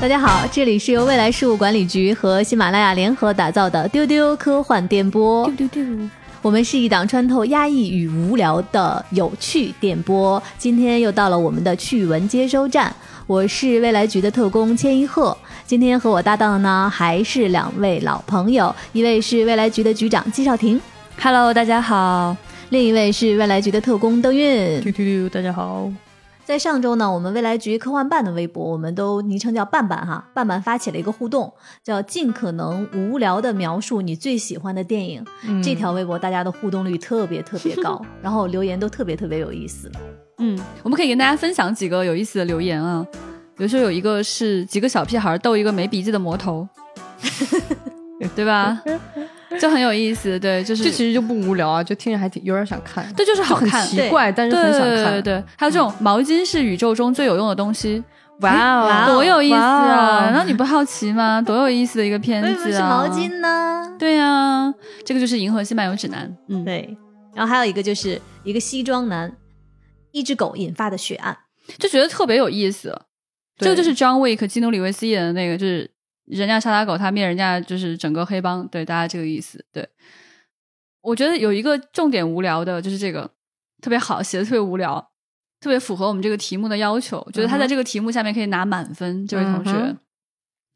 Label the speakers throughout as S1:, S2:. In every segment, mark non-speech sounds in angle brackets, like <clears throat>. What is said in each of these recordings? S1: 大家好，这里是由未来事务管理局和喜马拉雅联合打造的丢丢科幻电波。
S2: 丢丢丢，
S1: 我们是一档穿透压抑与无聊的有趣电波。今天又到了我们的趣闻接收站，我是未来局的特工千一鹤。今天和我搭档的呢还是两位老朋友，一位是未来局的局长季少廷，
S2: ，Hello，大家好。
S1: 另一位是未来局的特工邓韵。
S2: 丢丢丢，大家好。
S1: 在上周呢，我们未来局科幻办的微博，我们都昵称叫半半哈，半半发起了一个互动，叫尽可能无聊的描述你最喜欢的电影。
S2: 嗯
S1: 这条微博大家的互动率特别特别
S2: <laughs>
S1: 高，然后留言都特别特别有意思。
S2: 嗯，我们可以跟大家分享几个有意思的留言啊。比如说有一个是几个小屁孩逗一个没鼻子的魔头，对吧？就很有意思，对，就是
S3: 这其实就不无聊啊，就听着还挺有点想看，
S2: 这就是好
S3: 很
S2: 看，
S3: 奇怪，但是
S2: 对
S3: 很想
S2: 对对
S3: 看。
S2: 对，还有这种毛巾是宇宙中最有用的东西，
S3: 哇
S1: 哇哦
S2: 多有意思啊！
S3: 哎哇哦
S2: 难道你不好奇吗？多有意思的一个片
S1: 为什么
S2: 子
S1: 是
S2: 啊！
S1: 毛巾呢？
S2: 对呀、啊，这个就是《银河系漫游指南》。嗯，
S1: 对，然后还有一个就是一个西装男，一只狗引发的血案。
S2: 就觉得特别有意思。
S3: 对
S2: 这个就是 John Wick 基努里维斯演的那个，就是人家杀他狗，他灭人家，就是整个黑帮，对大家这个意思。对，我觉得有一个重点无聊的，就是这个特别好，写的特别无聊，特别符合我们这个题目的要求。觉得他在这个题目下面可以拿满分，这位同学。
S3: 嗯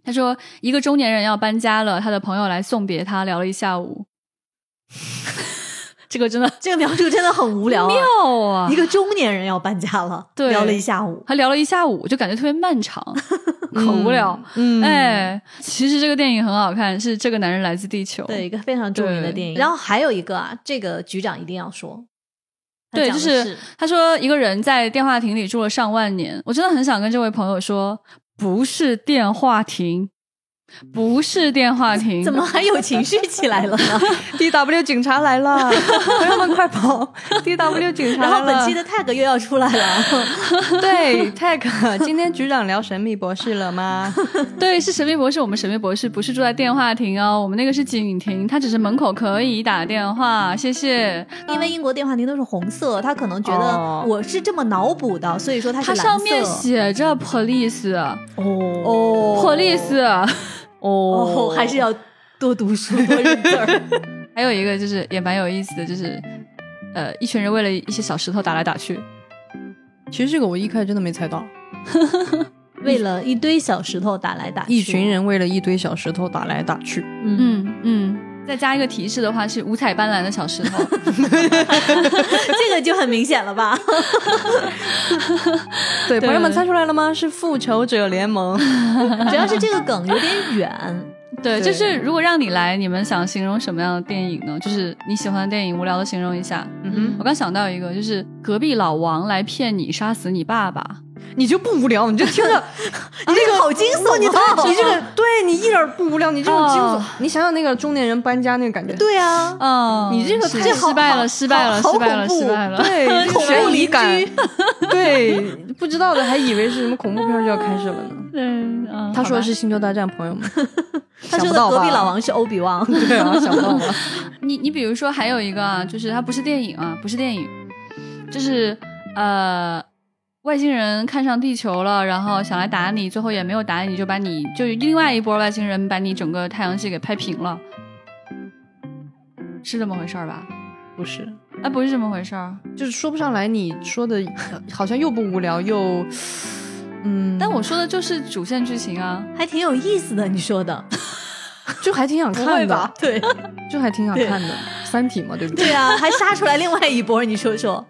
S2: 他说，一个中年人要搬家了，他的朋友来送别他，聊了一下午。 <laughs> 这个真的
S1: 这个描述真的很无聊、啊，
S2: 妙 <laughs> 啊！
S1: 一个中年人要搬家了，
S2: <laughs> 对
S1: 聊了一下午。
S2: 还聊了一下午，就感觉特别漫长，
S1: <laughs>
S2: 可无聊。
S3: 嗯，
S2: 哎，其实这个电影很好看，是这个男人来自地球。
S1: 对，一个非常著名的
S2: 哦对
S1: 电影。然后还有一个啊，这个局长一定要说，他
S2: 对
S1: 讲的
S2: 就是
S1: 是
S2: 他说一个人在电话亭里住了上万年，我真的很想跟这位朋友说，不是电话亭，不是电话
S1: <laughs>
S2: 亭，
S1: 怎么还有情绪 <laughs> 起来了呢？
S3: ，D W 警察来了，朋友们快跑！D W 警察来
S1: 然
S3: 了。
S1: 后本期的 tag 又要出来 <laughs> 了，
S3: <laughs> 对 tag，今天局长聊神秘博士了吗？
S2: 对，是神秘博士，我们神秘博士不是住在电话亭哦，我们那个是警亭，他只是门口可以打电话，谢谢。
S1: 因为英国电话亭都是红色，他可能觉
S3: 哦
S1: 得我是这么脑补的，所以说它是
S2: 它
S1: 蓝色。嗯
S2: 上面写着 police、
S1: 哦
S3: 哦
S2: police，
S3: 哦
S1: 哦，还是要多读书多认字儿。
S2: 还有一个就是也蛮有意思的，就是呃，一群人为了一些小石头打来打去。
S3: 其实这个我一开始真的没猜到，
S1: <laughs> 为了一堆小石头打来打去，
S3: 一群人为了一堆小石头打来打去，
S1: 嗯，
S2: 嗯嗯，再加一个提示的话是五彩斑斓的小石
S1: <laughs>
S2: 头。<laughs>
S1: 这个就很明显了 <laughs> 吧？
S3: 对，
S2: 对
S3: 朋友们猜出来了吗？是复仇者联盟。
S1: 主要是这个梗有点远，
S2: 对，
S3: 对
S2: 就是如果让你来，你们想形容什么样的电影呢？就是你喜欢的电影，无聊的形容一下。
S3: 嗯
S2: 我刚想到一个，就是隔壁老王来骗你杀死你爸爸。
S3: 哼，你就不无聊，你就听
S1: <laughs>
S3: 着，啊
S1: 你这个好惊悚哦！
S3: 你这个对你一点儿不无聊，你这种惊悚
S2: 哦，
S3: 你想想那个中年人搬家那个感觉，
S1: 对啊，
S2: 哦，
S3: 你这个
S2: 是
S3: 太
S2: 失败
S1: 好
S2: 了，
S1: 好
S2: 失败了，
S1: 好
S2: 失败了，
S1: 恐怖
S2: 失败了。
S3: <laughs> 对，
S1: 恐怖
S3: 悬
S1: 邻
S3: 疑
S1: 居
S3: 感，
S1: <laughs>
S3: 对，不知道的还以为是什么恐怖片就要开始了呢。
S2: <laughs> 嗯，嗯
S3: 他
S2: 好
S3: 说的
S2: 吧
S3: 是《星球大战》，朋友们，
S1: <laughs> 他
S3: 想
S1: 说的
S3: 不到
S1: 隔
S3: 吧
S1: 壁老王 <laughs> 是欧比旺，
S3: <laughs> 对啊，想不到吧？
S2: 你你比如说还有一个啊，就是它不是电影啊，不是电影，就是呃外星人看上地球了，然后想来打你，最后也没有打你，就把你就另外一波外星人把你整个太阳系给拍平了，是这么回事儿吧？
S3: 不是，
S2: 啊，不是这么回事儿，
S3: 就是说不上来，你说的好像又不无聊又，嗯，
S2: 但我说的就是主线剧情啊。
S1: 还挺有意思的。你说的
S3: 就还挺想看的，？
S1: 对
S3: 就还挺想看的，《三体》嘛，对不
S1: 对？啊，还杀出来另外一波，你说 <laughs> 说，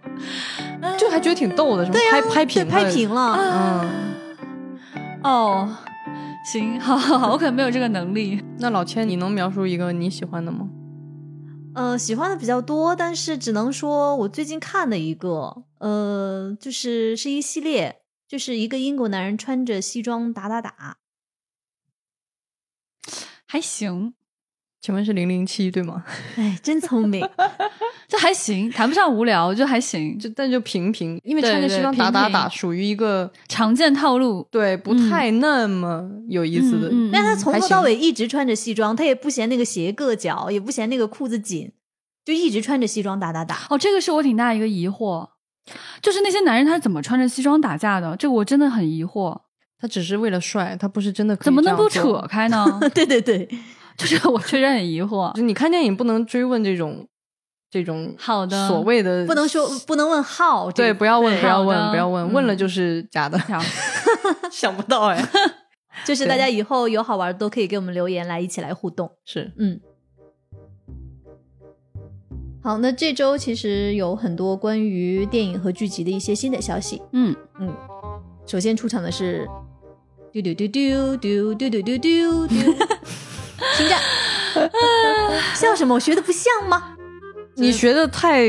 S3: 就还觉得挺逗的，什么
S2: 啊
S3: 拍拍
S1: 对，
S3: 平，
S1: 拍，平了。
S3: 嗯，
S2: 哦，行，好好好，我可能没有这个能力。
S3: 那老千，你能描述一个你喜欢的吗？
S1: 呃，喜欢的比较多，但是只能说我最近看的一个，呃，就是是一系列，就是一个英国男人穿着西装打打打，
S2: 还行，
S3: 请问是零零七对吗？
S1: 哎，真聪
S3: <laughs>
S1: 明。
S2: 这还行，谈不上无聊，就还行，就
S3: 就但就平平，因为
S2: 对
S3: 穿着
S2: 对
S3: 西装
S2: 平
S3: 打打
S2: 平
S3: 打，属于一个
S2: 常见套路。
S3: 对不
S2: 嗯
S3: 太那么有意思的。
S2: 嗯嗯
S1: 但他
S2: 嗯
S1: 从
S3: 还
S1: 头
S3: 行
S1: 到尾一直穿着西装，他也不嫌那个鞋硌脚，也不嫌那个裤子紧，就一直穿着西装打打打。 <laughs>
S2: 哦，这个是我挺大一个疑惑，就是那些男人他是怎么穿着西装打架的？这个我真的很疑惑。
S3: 他只是为了帅，他不是真的可以
S2: 怎么能
S3: 这
S2: 不
S3: 样做
S2: 扯？开呢？ <laughs>
S1: 对对对，
S2: 就是我确实很疑惑。
S3: 就你看电影不能追问这种这种
S2: 好的
S3: 所谓的
S1: 不能说不能问号，这
S3: 对，
S1: 个
S3: 不要问，
S2: 对
S3: 不要
S2: 好
S3: 问，
S2: 的嗯
S3: 不要问，问了就是假的。
S2: 好
S3: <laughs> 想不到哎，
S1: 就是大家以后有好玩的都可以给我们留言来一起来互动。
S3: 是
S1: 嗯。好，那这周其实有很多关于电影和剧集的一些新的消息。
S3: <laughs>
S2: 嗯，
S1: 首先出场的是丢丢丢丢丢丢丢丢丢丢，停
S3: <laughs>
S1: 站！笑什么？我学的不像吗？
S3: 你学的太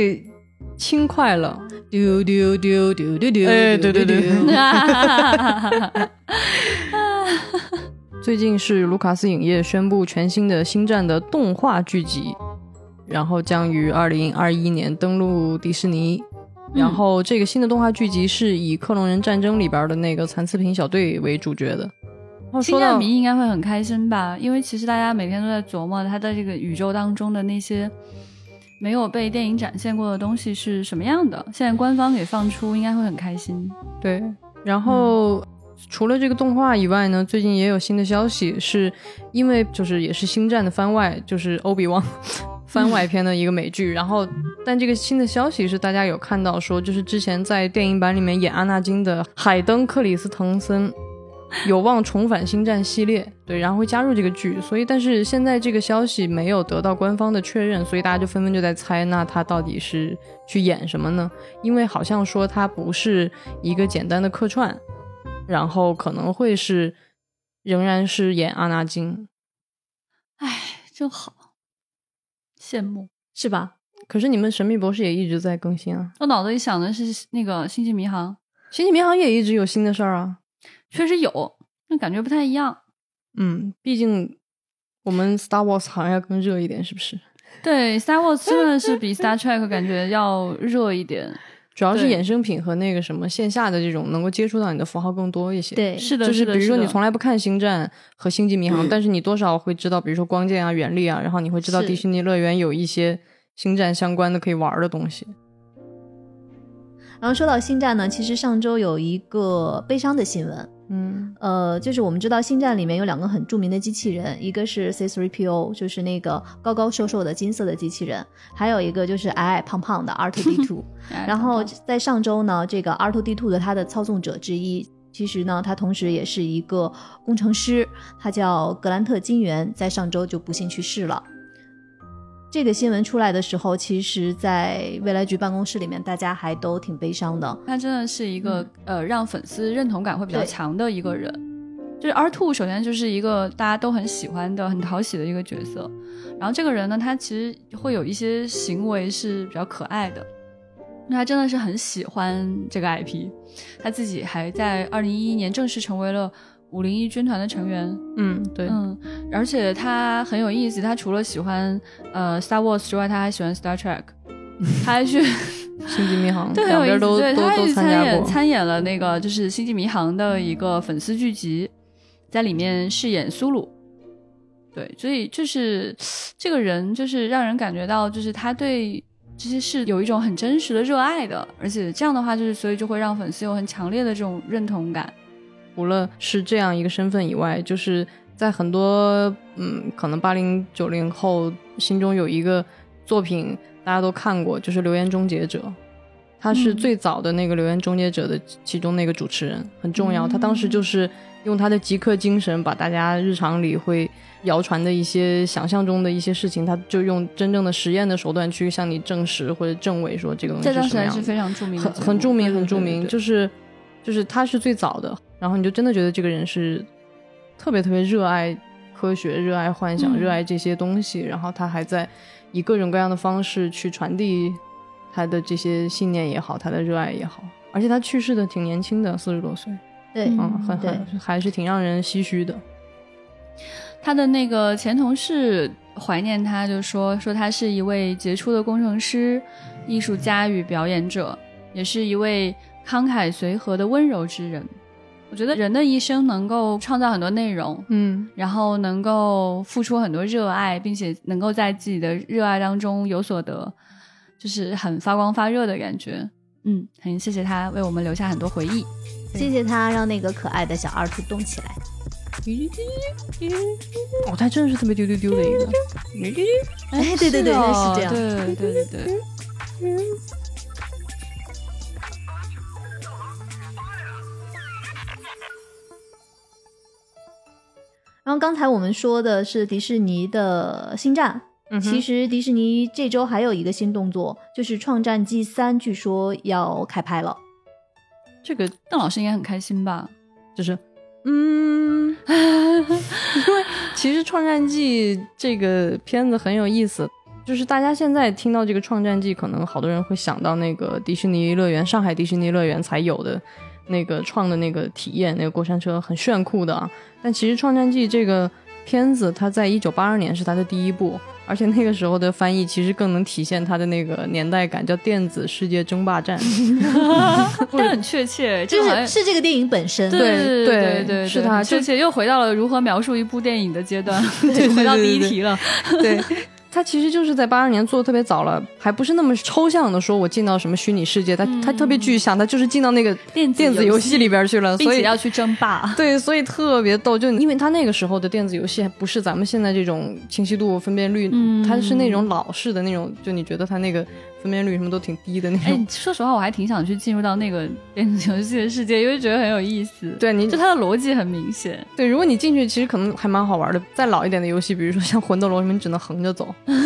S3: 轻快了，
S1: 丢丢丢丢丢丢，
S3: 哎对对对
S1: 丢丢丢
S3: 最近是卢卡斯影业宣布全新的《星战》的动画剧集，然后将于二零二一年登陆迪士尼。
S2: 嗯
S3: 然后这个新的动画剧集是以《克隆人战争》里边的那个残次品小队为主角的。然后
S2: 星
S3: 说
S2: 战
S3: 到
S2: 迷应该会很开心吧？因为其实大家每天都在琢磨他在这个宇宙当中的那些没有被电影展现过的东西是什么样的。现在官方给放出，应该会很开心。
S3: 对，然后、除了这个动画以外呢，最近也有新的消息，是因为就是也是《星战》的番外，就是欧比旺 <laughs> 番外篇的一个美剧。然后，但这个新的消息是大家有看到说，就是之前在电影版里面演阿纳金的海登·克里斯滕森。有望重返《星战》系列，对，然后会加入这个剧，所以但是现在这个消息没有得到官方的确认，所以大家就纷纷就在猜，那他到底是去演什么呢？因为好像说它不是一个简单的客串，然后可能会是仍然是演阿纳金。
S2: 唉，真好，羡慕。
S1: <laughs> 是吧？
S3: 可是你们《神秘博士》也一直在更新啊，
S2: 我脑子里想的是那个《星际迷航》，
S3: 《星际迷航》也一直有新的事儿啊。
S2: 确实有，但感觉不太一样。
S3: 嗯，毕竟我们 Star Wars 好像要更热一点，是不是？
S2: 对，Star Wars 真的是比 Star Trek 感觉要热一点。
S3: 主要是
S2: 对
S3: 衍生品和那个什么线下的这种能够接触到你的符号更多一些。，
S1: 对，
S2: 是的，
S3: 就是是
S2: 的
S3: 比如说
S2: 是
S3: 你
S2: 的
S3: 从来不看《星战》和《星际迷 <clears throat> 航》，但是你多少会知道，比如说光剑啊、原力啊，然后你会知道
S1: 是
S3: 迪士尼乐园有一些《星战》相关的可以玩儿的东西。啊
S1: 然后说到星战呢，其实上周有一个悲伤的新闻，
S3: 嗯，
S1: 呃，就是我们知道星战里面有两个很著名的机器人，一个是 C3PO，就是那个高高瘦瘦的金色的机器人，还有一个就是矮矮胖胖的
S3: <laughs>
S1: R2D2。
S2: 哎
S1: 然后
S2: 等等
S1: 在上周呢，这个 R2D2 的它的操纵者之一，其实呢，他同时也是一个工程师，他叫格兰特金元，在上周就不幸去世了。这个新闻出来的时候，其实，在未来局办公室里面，大家还都挺悲伤的。
S2: 他真的是一个、呃，让粉丝认同感会比较
S1: 嗯对
S2: 强的一个人。就是 R Two，首先就是一个大家都很喜欢的、很讨喜的一个角色。然后这个人呢，他其实会有一些行为是比较可爱的。那他真的是很喜欢这个 IP，他自己还在二零一一年正式成为了五零一军团的成员。
S3: 嗯，对，
S2: 嗯，而且他很有意思，他除了喜欢呃 Star Wars 之外，他还喜欢 Star
S3: <laughs>
S2: Trek，他还去
S3: 星际迷航，
S2: 对，很
S3: 两
S2: 有意
S3: 边
S2: 思，
S3: 都
S2: 对，
S3: 都
S2: 他还
S3: 都
S2: 去
S3: 参
S2: 参
S3: 加
S2: 演
S3: 过。
S2: 参演了那个就是《星际迷航》的一个粉丝剧集，在里面饰演苏鲁。对，所以就是这个人，就是让人感觉到，就是他对这些事有一种很真实的热爱的，而且这样的话，就是所以就会让粉丝有很强烈的这种认同感。
S3: 除了是这样一个身份以外，就是在很多嗯，可能八零九零后心中有一个作品大家都看过，就是《留言终结者》。他是
S2: 嗯
S3: 最早的那个《留言终结者》的其中那个主持人，很重要。
S2: 嗯
S3: 他当时就是用他的极客精神，把大家日常里会谣传的一些想象中的一些事情，他就用真正的实验的手段去向你证实或者证伪，说这个东西
S2: 在
S3: 是什
S2: 当
S3: 么
S2: 时
S3: 样
S2: 还
S3: 的。
S2: 是非常著名的
S3: 很
S2: 节目，
S3: 很著名，
S2: 对
S3: 很著名，就是是就是他是最早的，然后你就真的觉得这个人是特别特别热爱科学、热爱幻想、
S2: 嗯
S3: 热爱这些东西，然后他还在以各种各样的方式去传递他的这些信念也好，他的热爱也好，而且他去世的挺年轻的，四十多岁，
S1: 对，
S2: 嗯
S3: 嗯，很很还是挺让人唏嘘的。
S2: 他的那个前同事怀念他，就说说他是一位杰出的工程师、艺术家与表演者，也是一位慷慨随和的温柔之人。我觉得人的一生能够创造很多内容，
S3: 嗯，
S2: 然后能够付出很多热爱，并且能够在自己的热爱当中有所得，就是很发光发热的感觉。嗯，很谢谢他为我们留下很多回忆。
S1: 谢谢他让那个可爱的小二兔动起来。
S3: 哦，他真的是特别丢丢丢的一个。
S1: 哎，对对对，
S2: 哦
S1: 是这样。
S2: 对对对对。
S1: 然后刚才我们说的是迪士尼的星战，
S3: 嗯哼
S1: 其实迪士尼这周还有一个新动作，就是《创战纪三》据说要开拍了。
S3: 这个
S2: 邓老师应该很开心吧？
S3: 就是，嗯， <laughs> 因为其实《创战记》这个片子很有意思，就是大家现在听到这个《创战记》，可能好多人会想到那个迪士尼乐园，上海迪士尼乐园才有的那个创的那个体验，那个过山车很炫酷的啊。但其实《创战记》这个片子，它在一九八二年是它的第一部。而且那个时候的翻译其实更能体现它的那个年代感，叫电子世界争霸战。
S2: 但很确切，这
S1: 就
S2: 个好像
S1: 是是这个电影本身，
S2: 对对
S3: 对对
S2: 对，
S3: 是他
S2: 确
S3: 就
S2: 切又回到了如何描述一部电影的阶
S3: <laughs>
S2: 段，回到第一题了。
S3: 对，他其实就是在八二年做的特别早了，还不是那么抽象的说我进到什么虚拟世界，他他特别具象，他就是进到那个
S2: 电子
S3: 电子
S2: 游
S3: 游
S2: 戏
S3: 戏里边去了，
S2: 并
S3: 所
S2: 且
S3: 以
S2: 要去争霸，
S3: <laughs> 对，所以特别逗，就因为他那个时候的电子游戏还不是咱们现在这种清晰度、分辨率，它是那种老式的那种，就你觉得它那个分辨率什么都挺低的 <laughs> 那
S2: 哎
S3: 种。，
S2: 说实话，我还挺想去进入到那个电子游戏的世界，因为觉得很有意思。，
S3: 对你
S2: 就它的逻辑很明显，
S3: 对，如果你进去，其实可能还蛮好玩的。再老一点的游戏，比如说像《魂斗罗》什么，你只能横
S2: <laughs>
S3: 着走，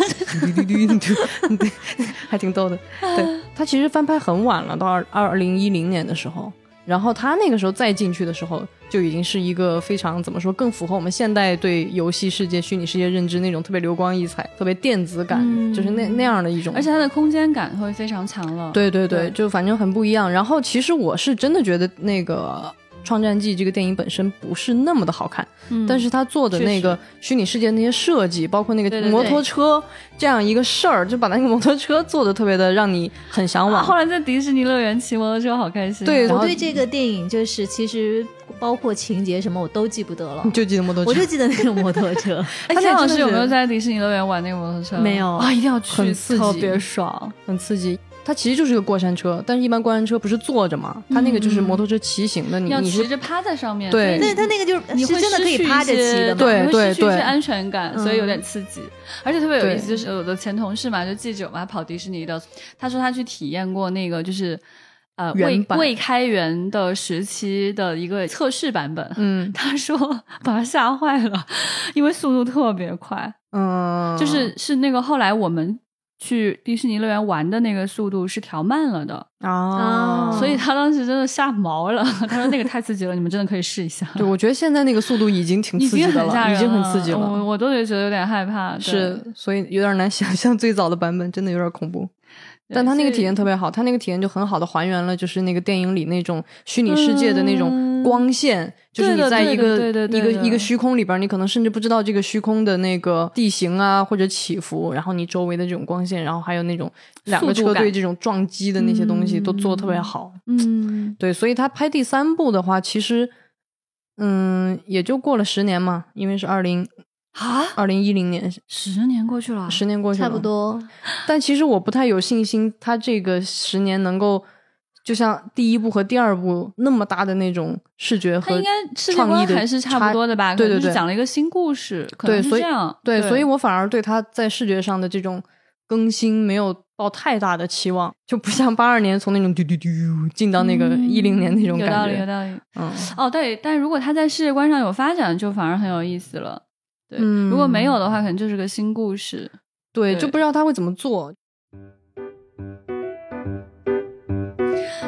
S3: 嘟嘟嘟嘟对 <laughs> 还挺逗的。
S2: 啊
S3: 对，它其实翻拍很晚了，到二二零一零年的时候。然后他那个时候再进去的时候，就已经是一个非常怎么说，更符合我们现代对游戏世界、虚拟世界认知那种特别流光溢彩、特别电子感，就是那那样的一种。
S2: 嗯而且它的空间感会非常强了。，
S3: 嗯对对对，
S2: 对
S3: 就反正很不一样。然后其实我是真的觉得那个《创战记》这个电影本身不是那么的好看，
S2: 嗯
S3: 但是他做的
S2: 确
S3: 那
S2: 实
S3: 个虚拟世界那些设计，包括那
S2: 对
S3: 个
S2: 对
S3: 摩
S2: 对
S3: 托车这样一个事儿，就把那个摩托车做的特别的让你很向
S2: 啊
S3: 往。
S2: 后来在迪士尼乐园骑摩托车好开心啊。
S3: 对
S2: 然
S1: 我
S2: 后
S1: 对这个电影就是其实包括情节什么我都记不得了
S3: 你，就记得摩托
S1: 我
S3: 车
S1: 就，记得那个摩托
S2: <laughs>
S1: 车。
S2: 哎，
S3: 他
S2: 田
S3: 那
S2: 老
S3: 真
S2: 师
S3: 的
S2: 有没有
S3: 是
S2: 在迪士尼乐园玩那个摩托车？
S1: 没有
S2: 啊，一定要去，
S3: 很刺激
S2: 特别爽。
S3: 很刺激。它其实就是个过山车，但是一般过山车不是坐着嘛，它那个就是摩托车骑行的，你
S2: 嗯要
S3: 你
S2: 骑
S3: 是
S2: 着趴在上面，
S3: 对
S2: 所
S1: 对，
S2: 以
S1: 他那个就是
S2: <laughs> 你
S1: 是
S2: 会
S1: 真的可
S2: 失去
S1: 以
S2: 一
S1: 趴着骑
S2: 些
S1: 的嘛？嗯
S3: 对
S2: 你会失去一些
S3: 对
S2: 安全感，所以有点刺激，而且特别有意思。就
S3: 对
S2: 是我的前同事嘛，就记者嘛，跑迪士尼的，他说他去体验过那个就是。呃，
S3: 原
S2: 未
S3: 版
S2: 未开园的时期的一个测试版本，<laughs>
S3: 嗯
S2: 他说把他吓坏了，因为速度特别快，
S3: 嗯，
S2: 就是是那个后来我们去迪士尼乐园玩的那个速度是调慢了的，
S3: 啊，
S2: 所以他当时真的吓毛了， <laughs> 他说那个太刺激了，你们真的可以试一下。
S3: 对我觉得现在那个速度已经挺
S2: 已
S3: 刺激
S2: 经
S3: 的
S2: 很吓人
S3: 了，已经很刺激了。
S2: 我我都觉得有点害怕。对
S3: 是，，所以有点难想象最早的版本真的有点恐怖。但他那个体验特别好，他那个体验就很好的还原了，就是那个电影里那种虚拟世界的那种光线，就是
S2: 嗯对的
S3: 你在
S2: 对
S3: 一
S2: 的
S3: 个
S2: 对的对
S3: 一
S2: 的
S3: 个一个虚空里边，你可能甚至不知道这个虚空的那个地形啊或者起伏，然后你周围的这种光线，然后还有那种两个
S2: 速度
S3: 车
S2: 感
S3: 队这种撞击的那些东西都做的特别好。
S2: 嗯，
S3: 对，所以他拍第三部的话，其实嗯也就过了十年嘛，因为是二零
S2: 啊，
S3: 二零一零年，
S2: 十年过去了，
S3: 十年过去了，
S1: 差不多，
S3: <laughs> 但其实我不太有信心，他这个十年能够就像第一部和第二部那么大的那种视觉
S2: 他
S3: 和
S2: 应该世界
S3: 创
S2: 观
S3: 意的
S2: 还是差不多的吧？
S3: 差对
S2: 可能就
S3: 对
S2: 是
S3: 对，
S2: 讲了一个新故事，可能
S3: 对
S2: 是
S3: 所以
S2: 这样。
S3: 对，所以我反而对他在视觉上的这种更新没有抱太大的期望，就不像八二年从那种嘟嘟嘟进到那个一零年那种
S2: 有道
S3: 感
S2: 理，有
S3: 觉，
S2: 道理。
S3: 嗯，
S2: 哦，对，但如果他在世界观上有发展，就反而很有意思了。对，
S3: 嗯
S2: 如果没有的话，可能就是个新故事。
S3: 对，
S2: 对
S3: 就不知道他会怎么做。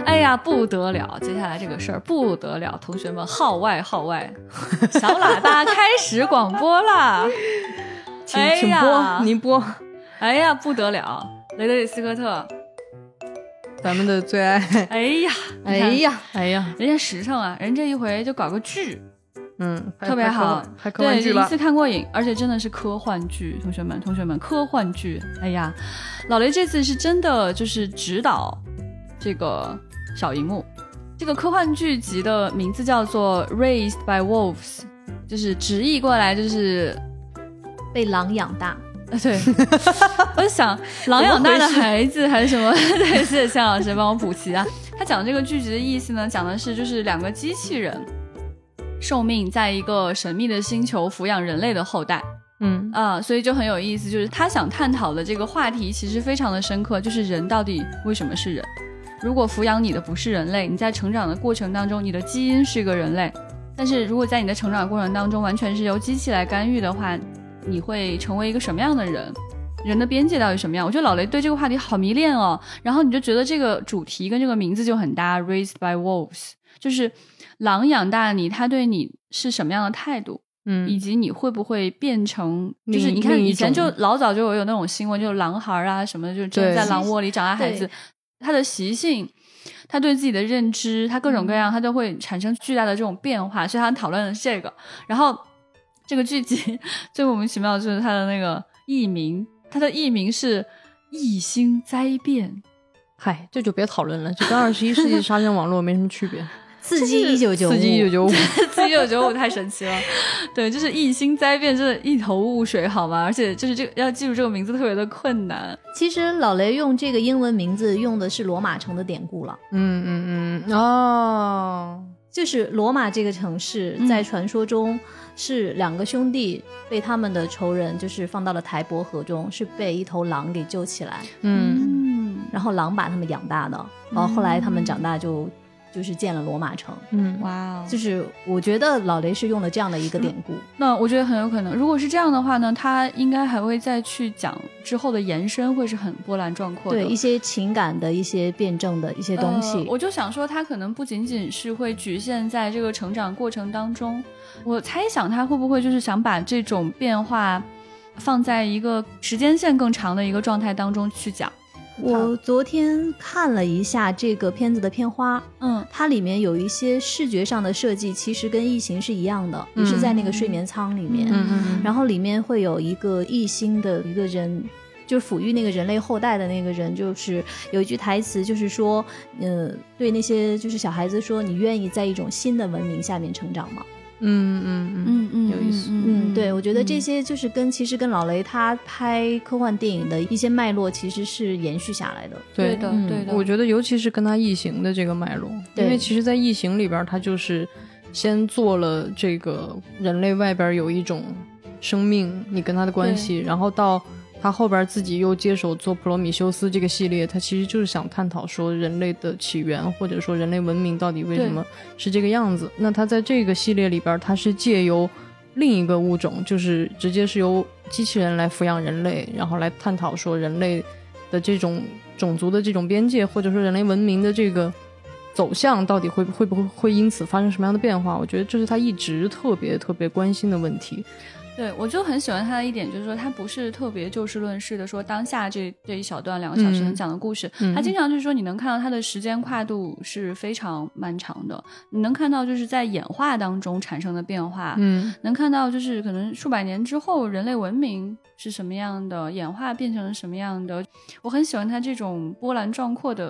S2: 哎呀，不得了！接下来这个事儿不得了，同学们，号外号外，小喇叭开始广播啦！
S3: 请
S2: 哎
S3: 请
S2: 呀
S3: 播，您 <laughs> 播，
S2: 哎呀，不得了，雷德利·斯科特，
S3: 咱们的最爱。
S2: 哎呀，你看
S3: 哎，呀，哎呀，
S2: 人家实诚啊，人这一回就搞个剧，
S3: 嗯，
S2: 特别好，
S3: 还科
S2: 对，
S3: 幻剧
S2: 一
S3: 吧
S2: 次？看过瘾，而且真的是科幻剧，同学们，同学们，科幻剧，哎呀，老雷这次是真的就是指导这个小荧幕，这个科幻剧集的名字叫做《Raised by Wolves》，就是直译过来就是，
S1: 被狼养大。
S2: 呃
S3: <laughs>
S2: 对， <laughs> 我就想狼养大的 <laughs>
S3: 怎么回事
S2: 孩子还是什么？对，谢谢向老师帮我补齐啊。他讲的这个剧集的意思呢，讲的是就是两个机器人受命在一个神秘的星球抚养人类的后代。
S3: 嗯
S2: 啊、所以就很有意思，就是他想探讨的这个话题其实非常的深刻，就是人到底为什么是人？如果抚养你的不是人类，你在成长的过程当中，你的基因是一个人类，但是如果在你的成长过程当中完全是由机器来干预的话，你会成为一个什么样的人？人的边界到底什么样？我觉得老雷对这个话题好迷恋哦，然后你就觉得这个主题跟这个名字就很搭，raised by wolves，就是狼养大你，他对你是什么样的态度？以
S3: 嗯
S2: 及你会不会变成，
S3: 另
S2: 就是你看
S3: 另一
S2: 以前就
S3: 种
S2: 老早就有那种新闻，就是狼孩儿啊什么的，就是真的
S3: 对
S2: 在狼窝里长大孩
S1: 对
S2: 子，他的习性，他对自己的认知，他各种
S3: 嗯
S2: 各样，他都会产生巨大的这种变化，所以他讨论的是这个。然后这个剧集最莫名其妙的就是他的那个艺名，他的艺名是异星灾变， <laughs>
S3: 嗨，这就别讨论了，这跟二十一世纪沙尘网络没什么区别。
S1: 刺激一九九五，
S3: 四一九九五，
S2: 四九九五太神奇了，对，就是异星灾变，真的一头雾水，好吗？而且就是这个要记住这个名字特别的困难。
S1: 其实老雷用这个英文名字用的是罗马城的典故了。
S3: 嗯嗯嗯，哦，
S1: 就是罗马这个城市，
S2: 嗯
S1: 在传说中是两个兄弟被他们的仇人就是放到了台伯河中，是被一头狼给救起来，
S3: 嗯
S2: 嗯，
S1: 然后狼把他们养大的，然后后来他们长大就就是建了罗马城。
S3: 嗯，
S2: 哇哦，
S1: 就是我觉得老雷是用了这样的一个典故，
S2: 那我觉得很有可能，如果是这样的话呢，他应该还会再去讲之后的延伸，会是很波澜壮阔
S1: <laughs>
S2: 的。
S1: 对一些情感的一些辩证的一些东西。
S2: 呃我就想说，他可能不仅仅是会局限在这个成长过程当中，我猜想他会不会就是想把这种变化放在一个时间线更长的一个状态当中去讲。
S1: 我昨天看了一下这个片子的片花，
S2: 嗯
S1: 它里面有一些视觉上的设计，其实跟《异形》是一样的，也是在那个睡眠舱里面。
S3: 嗯嗯嗯
S1: 然后里面会有一个异星的一个人，就是抚育那个人类后代的那个人，就是嗯有一句台词，就是说，嗯、对那些就是小孩子说，你愿意在一种新的文明下面成长吗？
S3: 嗯嗯嗯，
S2: 嗯嗯
S3: 有意思
S1: 嗯，对，我觉得这
S2: 些。
S1: 些就是跟其实跟老雷他拍科幻电影的一些脉络其实是延续下来的。
S2: 对
S3: 对
S2: 的，
S1: 嗯
S2: 对的，
S3: 我觉得尤其是跟他异形的这个脉络，
S1: 对
S3: 因为其实，在异形里边儿，他就是先做了这个人类外边儿有一种生命，你跟他的关系，然后到他后边儿自己又接手做《普罗米修斯》这个系列，他其实就是想探讨说人类的起源，或者说人类文明到底为
S2: 对
S3: 什么是这个样子。那他在这个系列里边儿，他是借由另一个物种，就是直接是由机器人来抚养人类，然后来探讨说人类的这种种族的这种边界，或者说人类文明的这个走向到底会会不会会因此发生什么样的变化？我觉得这是他一直特别特别关心的问题。
S2: 对，我就很喜欢他的一点，就是说他不是特别就事论事的说当下这这一小段两个小时能
S3: 嗯
S2: 讲的故事，
S3: 嗯
S2: 他经常就是说你能看到他的时间跨度是非常漫长的，你能看到就是在演化当中产生的变化，
S3: 嗯
S2: 能看到就是可能数百年之后人类文明是什么样的，演化变成了什么样的。我很喜欢他这种波澜壮阔的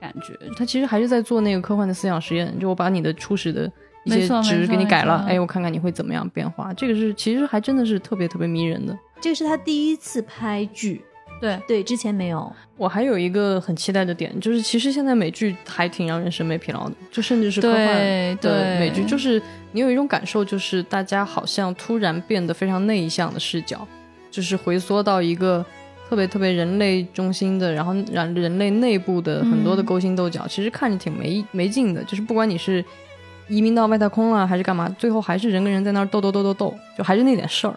S2: 感觉，
S3: 他其实还是在做那个科幻的思想实验，就我把你的初始的一
S2: 没
S3: 些
S2: 错没
S3: 值
S2: 错
S3: 给你
S2: 没
S3: 改了
S2: 错，
S3: 哎，我看看你会怎么样变化。这个是其实还真的是特别特别迷人的。
S1: 这个是他第一次拍剧，
S2: 对。
S1: 对，之前没有。
S3: 我还有一个很期待的点，就是其实现在美剧还挺让人审美疲劳的，就甚至是科
S2: 对
S3: 幻
S2: 对
S3: 的美剧，就是你有一种感受，就是大家好像突然变得非常内向的视角，就是回缩到一个特别特别人类中心的，然后让人类内部的很多的
S2: 嗯
S3: 勾心斗角，其实看着挺没没劲的，就是不管你是。移民到外太空了还是干嘛？最后还是人跟人在那儿斗斗斗斗斗，就还是那点事儿，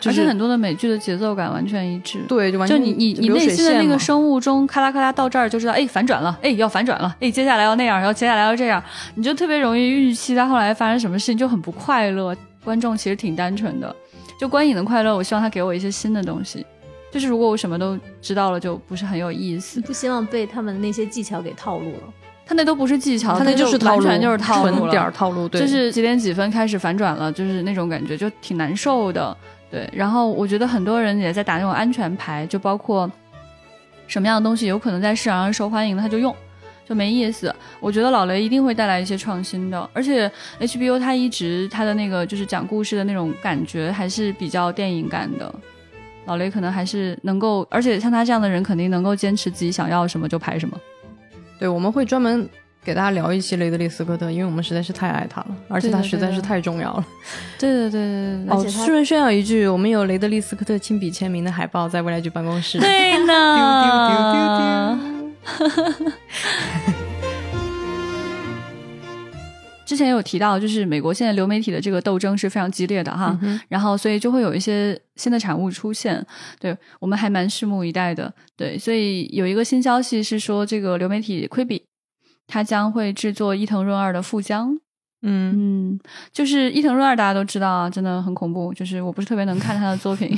S3: 就
S2: 而
S3: 是
S2: 且很多的美剧的节奏感完全一致，
S3: 对，就完
S2: 就
S3: 全
S2: 你你你
S3: 流
S2: 内
S3: 水
S2: 心的那
S3: 线
S2: 个
S3: 嘛
S2: 生物钟，咔啦咔啦到这儿就知道，哎，反转了，哎，要反转了，哎，接下来要那样，然后接下来要这样，你就特别容易预期它后来发生什么事情，就很不快乐。观众其实挺单纯的，就观影的快乐，我希望他给我一些新的东西。就是如果我什么都知道了，就不是很有意思。
S1: 不希望被他们那些技巧给套路了。
S2: 他那都不是技巧，
S3: 他那
S2: 就
S3: 就是套
S2: 完
S3: 路，
S2: 全就是套路
S3: 纯点儿
S2: 了，
S3: 套路，对，
S2: 就是几点几分开始反转了，就是那种感觉，就挺难受的。对，然后我觉得很多人也在打那种安全牌，就包括什么样的东西有可能在市场上受欢迎，他就用，就没意思。我觉得老雷一定会带来一些创新的，而且 HBO 它一直它的那个就是讲故事的那种感觉还是比较电影感的。老雷可能还是能够，而且像他这样的人肯定能够坚持自己想要什么就拍什么。
S3: 对，我们会专门给大家聊一期雷德利·斯科特，因为我们实在是太爱他了，而且他
S2: 对的
S3: 实在
S2: 对
S3: 是
S2: 的
S3: 太重要了。
S2: 对对对对对
S1: 而
S3: 哦，
S1: 且他
S3: 顺便炫耀一句，我们有雷德利·斯科特亲笔签名的海报在未来局办公室。
S2: 对啊呢。之前有提到，就是美国现在流媒体的这个斗争是非常激烈的哈，然后所以就会有一些新的产物出现，对我们还蛮拭目以待的。对，所以有一个新消息是说，这个流媒体 Quibi 它将会制作伊藤润二的富江，
S3: 嗯，
S2: 嗯，就是伊藤润二，大家都知道啊，真的很恐怖。就是我不是特别能看他的作品，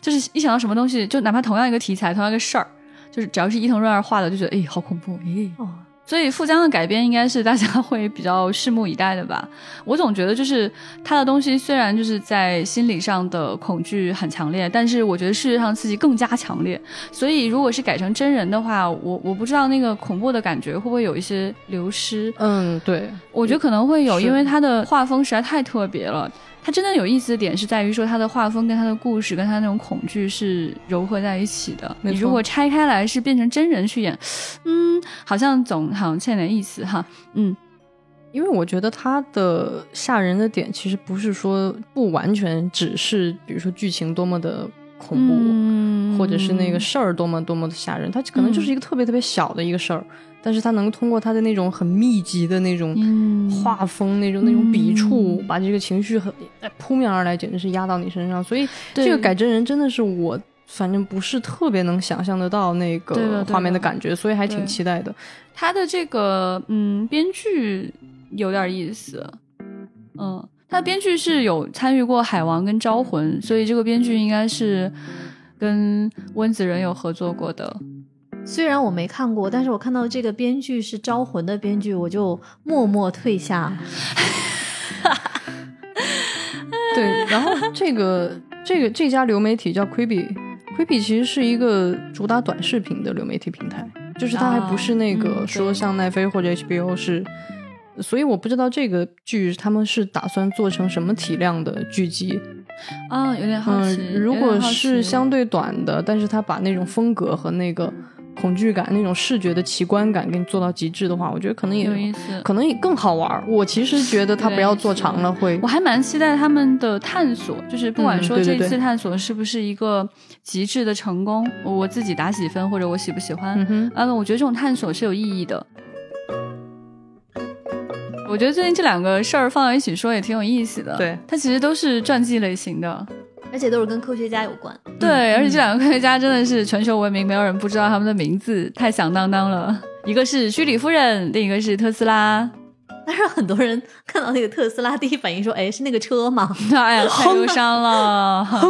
S2: 就是一想到什么东西，就哪怕同样一个题材、同样一个事儿，就是只要是伊藤润二画的，就觉得哎，好恐怖，哎。
S1: 哦
S2: 所以富江的改编应该是大家会比较拭目以待的吧。 <laughs> 我总觉得就是他的东西虽然就是在心理上的恐惧很强烈，但是我觉得视觉上刺激更加强烈。所以如果是改成真人的话，我我不知道那个恐怖的感觉会不会有一些流失。
S3: 嗯，对，
S2: 我觉得可能会有，
S3: 是
S2: 因为它的画风实在太特别了。它真的有意思的点是在于说，它的画风跟它的故事跟它那种恐惧是糅合在一起的。
S3: 没错
S2: 你如果拆开来是变成真人去演，嗯，好像总好像欠点意思哈。嗯，
S3: 因为我觉得它的吓人的点其实不是说不完全只是，比如说剧情多么的恐怖，
S2: 嗯
S3: 或者是那个事儿多么多么的吓人，它可能就是一个特别特别小的一个事儿，但是它能通过它的那种很密集的那种
S2: 嗯
S3: 画风、那种那种笔触，
S2: 嗯
S3: 把这个情绪很哎扑面而来，简直是压到你身上。所以
S2: 对
S3: 这个改真人真的是我。反正不是特别能想象得到那
S2: 对
S3: 个
S2: 的对
S3: 画面的
S2: 的
S3: 感觉，所以还挺
S2: 对
S3: 期待的。
S2: 他的这个嗯编剧有点意思，嗯，他的编剧是有参与过《海王》跟《招魂》，所以这个编剧应该是跟温子仁有合作过的。
S1: 虽然我没看过，但是我看到这个编剧是《招魂》的编剧，我就默默退下。
S3: 对，然后这个这个这家流媒体叫 Quibi，Quibi 其实是一个主打短视频的流媒体平台，就是它还不是那
S2: 啊
S3: 个
S2: 嗯
S3: 说
S2: 对
S3: 像奈飞或者 HBO 是，所以我不知道这个剧他们是打算做成什么体量的剧集。
S2: 啊，有点好奇。
S3: 嗯，如
S2: 有点
S3: 果
S2: 好
S3: 是
S2: 奇哦
S3: 相对短的，但是它把那种风格和那个恐惧感、那种视觉的奇观感给你做到极致的话，我觉得可能也
S2: 有意思，
S3: 可能也更好玩儿。我其实觉得它
S2: 有
S3: 不要
S2: 意思
S3: 做长了会
S2: 我还蛮期待他们的探索，就是不管
S3: 嗯
S2: 说
S3: 对对
S2: 这
S3: 对
S2: 次探索是不是一个极致的成功，我我自己打几分或者我喜不喜欢，
S3: 嗯哼，
S2: 嗯，我觉得这种探索是有意义的。我觉得最近这两个事儿放到一起说也挺有意思的。
S3: 对
S2: 它其实都是传记类型的。
S1: 而且都是跟科学家有关。
S3: 嗯
S2: 对，而且这两个科学家真的是全球闻名，没有人不知道他们的名字，太响当当了。一个是居里夫人，另一个是特斯拉。
S1: 但是很多人看到那个特斯拉，第一反应说：“哎，是那个车吗 <laughs>
S2: <laughs>
S3: <laughs>
S2: 哎，太忧伤了。
S3: 那
S2: 啊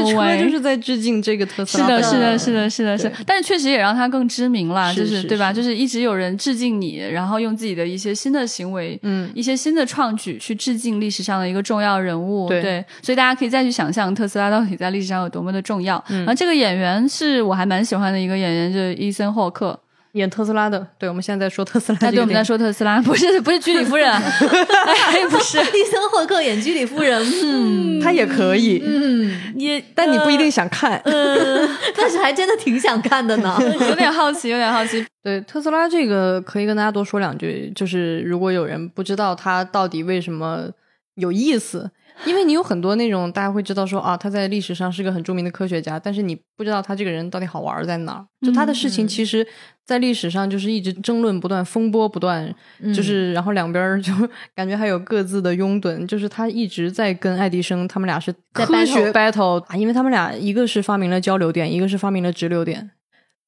S2: No
S3: 个车
S2: way
S3: 就是在致敬这个特斯
S2: <laughs> 是
S3: 拉。
S2: 的，
S1: 的
S2: 是的，是的，是的，是的
S3: 对，
S2: 但是确实也让他更知名了，
S3: 是
S2: 就是对吧？
S3: 是
S2: 就是一直有人致敬你，然后用自己的一些新的行为，
S3: 嗯
S2: 一些新的创举去致敬历史上的一个重要人物，
S3: 对
S2: 所以大家可以再去想象特斯拉到底在历史上有多么的重要。
S3: 嗯
S2: 然后这个演员是我还蛮喜欢的一个演员，就是伊森霍克，
S3: 演特斯拉的。对，我们现在在说特斯拉。
S2: 他对我们在，说特斯拉，不是不是居里
S3: <laughs>
S2: 夫人，哎，不是，？”
S1: 伊森霍克演居里夫人，嗯
S3: 他也可以，
S1: 嗯，
S2: 也
S3: 但你不一定想看。
S1: 但是还真的挺想看的呢。 <laughs>
S2: 有点好奇，有点好奇，
S3: 对特斯拉这个，可以跟大家多说两句。就是如果有人不知道它到底为什么有意思，因为你有很多那种大家会知道说啊，他在历史上是个很著名的科学家，但是你不知道他这个人到底好玩儿在哪儿。就他的事情，其实，在历史上就是一直争论不断，风波不断，就是 <laughs> 然后两边儿就感觉还有各自的拥趸，就是他一直在跟爱迪生他们俩是
S1: 在
S3: 科学
S1: battle
S3: battle 啊，因为他们俩一个是发明了交流电，一个是发明了直流电。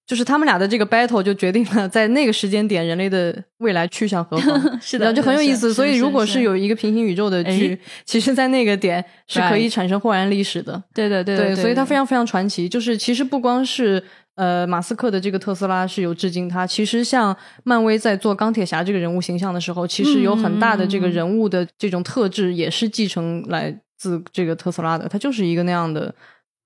S3: 就是他们俩的这个 battle 就决定了在那个时间点人类的未来去向何方，
S2: 是
S3: 然后就很有意思。所以如果是，有一个平行宇宙的
S2: 哎
S3: 剧，其实，在那个点是可以
S2: Right
S3: 产生豁然历史的。
S2: 对对对
S3: 对，所以它非
S2: 常
S3: 常非常传奇。就是其实不光是呃马斯克的这个特斯拉是有致敬他，其实像漫威在做钢铁侠这个人物形象的时候，其实有很大的这个
S2: 嗯
S3: 人物的这种特质也是继承来自这个特斯拉的，他就是一个那样的。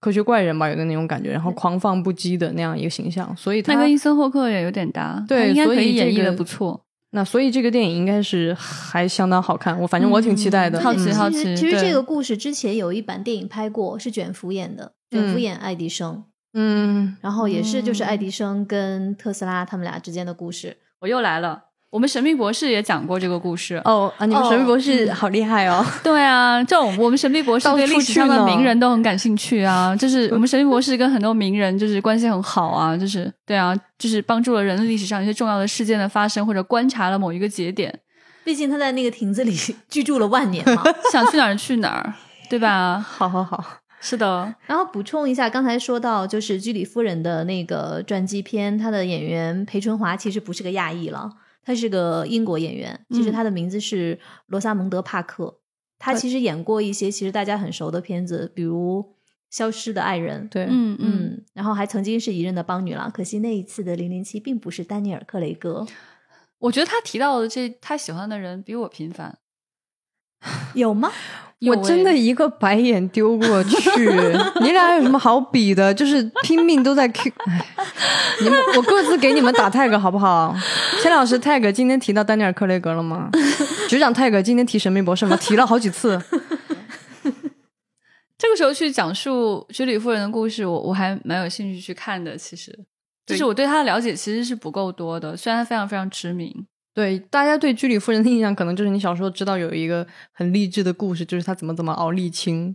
S3: 科学怪人吧，有的那种感觉，然后狂放不羁的那样一个形象，所以他
S2: 那跟伊森霍克也有点搭，他
S3: 对
S2: 应该可
S3: 所以这
S2: 演绎的
S3: 个
S2: 不错。
S3: 那所以这个电影应该是还相当好看，我反正我挺期待的。
S2: 嗯好奇
S3: 嗯
S2: 好
S1: 其实
S2: 奇
S1: 其实
S2: 对
S1: 这个故事之前有一版电影拍过，是卷福演的，卷福
S3: 嗯
S1: 演爱迪生，
S3: 嗯，
S1: 然后也是就是
S2: 嗯
S1: 爱迪生跟特斯拉他们俩之间的故事。
S2: 我又来了，我们《神秘博士》也讲过这个故事。
S4: 哦啊，你们
S1: 哦
S4: 神秘博士好厉害哦！
S2: 对啊，这种我们《神秘博士
S4: 到》
S2: 对
S4: 处
S2: 历史上
S4: 去
S2: 的
S4: 呢
S2: 名人都很感兴趣啊，就是我们《神秘博士》跟很多名人就是关系很好啊，就是对啊，就是帮助了人类历史上一些重要的事件的发生，或者观察了某一个节点，
S1: 毕竟他在那个亭子里 <laughs> 居住了万年嘛。
S2: 想去哪儿去哪儿，对吧？
S4: 好好好，
S2: 是的，
S1: 然后补充一下，刚才说到就是居里夫人的那个传记片，她的演员裴春华其实不是个亚裔了，他是个英国演员，其实
S2: 嗯
S1: 他的名字是罗萨蒙德·帕克。他其实演过一些其实大家很熟的片子，比如《消失的爱人》，
S3: 对，
S2: 嗯嗯，
S1: 嗯，然后还曾经是一任的邦女郎，可惜那一次的零零七并不是丹尼尔·克雷
S2: <laughs>
S1: 格，
S2: 我觉得他提到的这他喜欢的人比我频繁，
S1: 有吗？
S2: 有
S3: 我
S2: 诶
S3: 真的一个白眼丢过去，你俩有什么好比的？就是拼命都在 Q，哎，你们我各自给你们打 tag 好不好？千老师 tag 今天提到丹尼尔·克雷格了吗？局长 tag 今天提神秘博士吗？提了好几次。
S2: 这个时候去讲述居里夫人的故事，我我还蛮有兴趣去看的。其实，就
S3: 对
S2: 是我对她的了解其实是不够多的，虽然她非常非常知名。
S3: 对，大家对居里夫人的印象，可能就是你小时候知道有一个很励志的故事，就是她怎么怎么熬沥青，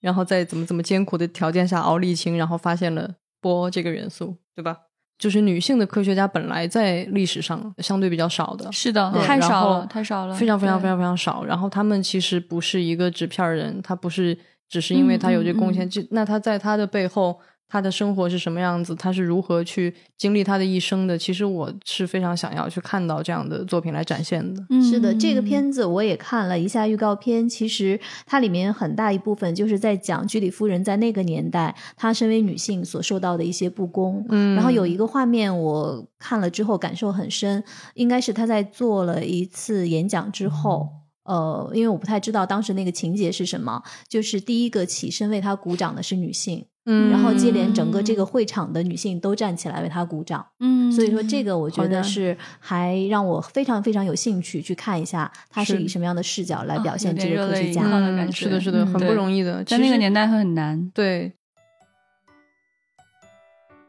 S3: 然后在怎么怎么艰苦的条件下熬沥青，然后发现了波这个元素，对吧？就是女性的科学家本来在历史上相对比较少的，
S2: 是的，
S3: 嗯
S2: 太
S3: 然
S2: 少
S3: 后
S2: 了，太少了，
S3: 非常非常非
S2: 对。
S3: 常非常少。然后他们其实不是一个纸片儿人，他不是只是因为他有这贡献，
S2: 嗯
S3: 这那他在他的背后，他的生活是什么样子，他是如何去经历他的一生的？其实我是非常想要去看到这样的作品来展现的。
S2: 嗯
S1: 是的，这个片子我也看了一下预告片，其实它里面很大一部分就是在讲居里夫人在那个年代，她身为女性所受到的一些不公。
S3: 嗯
S1: 然后有一个画面我看了之后感受很深，应该是她在做了一次演讲之后。呃，因为我不太知道当时那个情节是什么，就是第一个起身为她鼓掌的是女性，
S3: 嗯
S1: 然后接连整个这个会场的女性都站起来为她鼓掌。
S2: 嗯，
S1: 所以说，这个我觉
S3: 好
S1: 得
S3: 的
S1: 是还让我非常非常有兴趣去看一下，它是
S3: 是
S1: 以什么样的视角来
S2: 啊
S1: 表
S2: 有
S1: 现
S2: 点
S1: 这个
S2: 热
S1: 科
S2: 泪
S1: 学
S2: 盈眶
S1: 家。
S2: 的感
S3: 嗯，是的，
S2: 觉
S3: 是的，
S1: 嗯
S3: 很不
S2: 对
S3: 容易的。
S2: 在那个年
S3: 代，
S2: 代会很难。
S3: 对，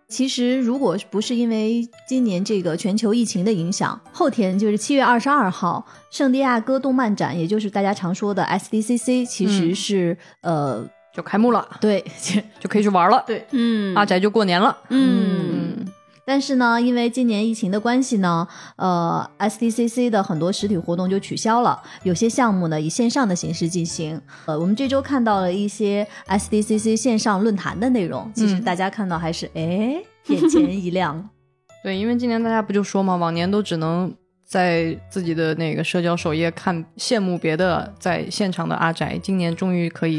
S1: 其实，如果不是因为今年这个全球疫情的影响，后天就是七月二十二号，圣地亚哥动漫展，也就是大家常说的 SDCC，其实
S3: 嗯
S1: 是、呃，
S3: 就开幕了，
S1: 对，
S3: 就可以去玩了。对，
S2: 嗯
S3: 阿宅就过年了。
S2: 嗯，
S3: 嗯，
S1: 但是呢，因为今年疫情的关系呢，呃，SDCC 的很多实体活动就取消了，有些项目呢以线上的形式进行。呃，我们这周看到了一些 SDCC 线上论坛的内容，其实
S3: 嗯
S1: 大家看到还是哎、眼前一 <laughs> 亮。
S3: 对，因为今年大家不就说嘛，往年都只能在自己的那个社交首页看羡慕别的在现场的阿宅，今年终于 <laughs> 可以，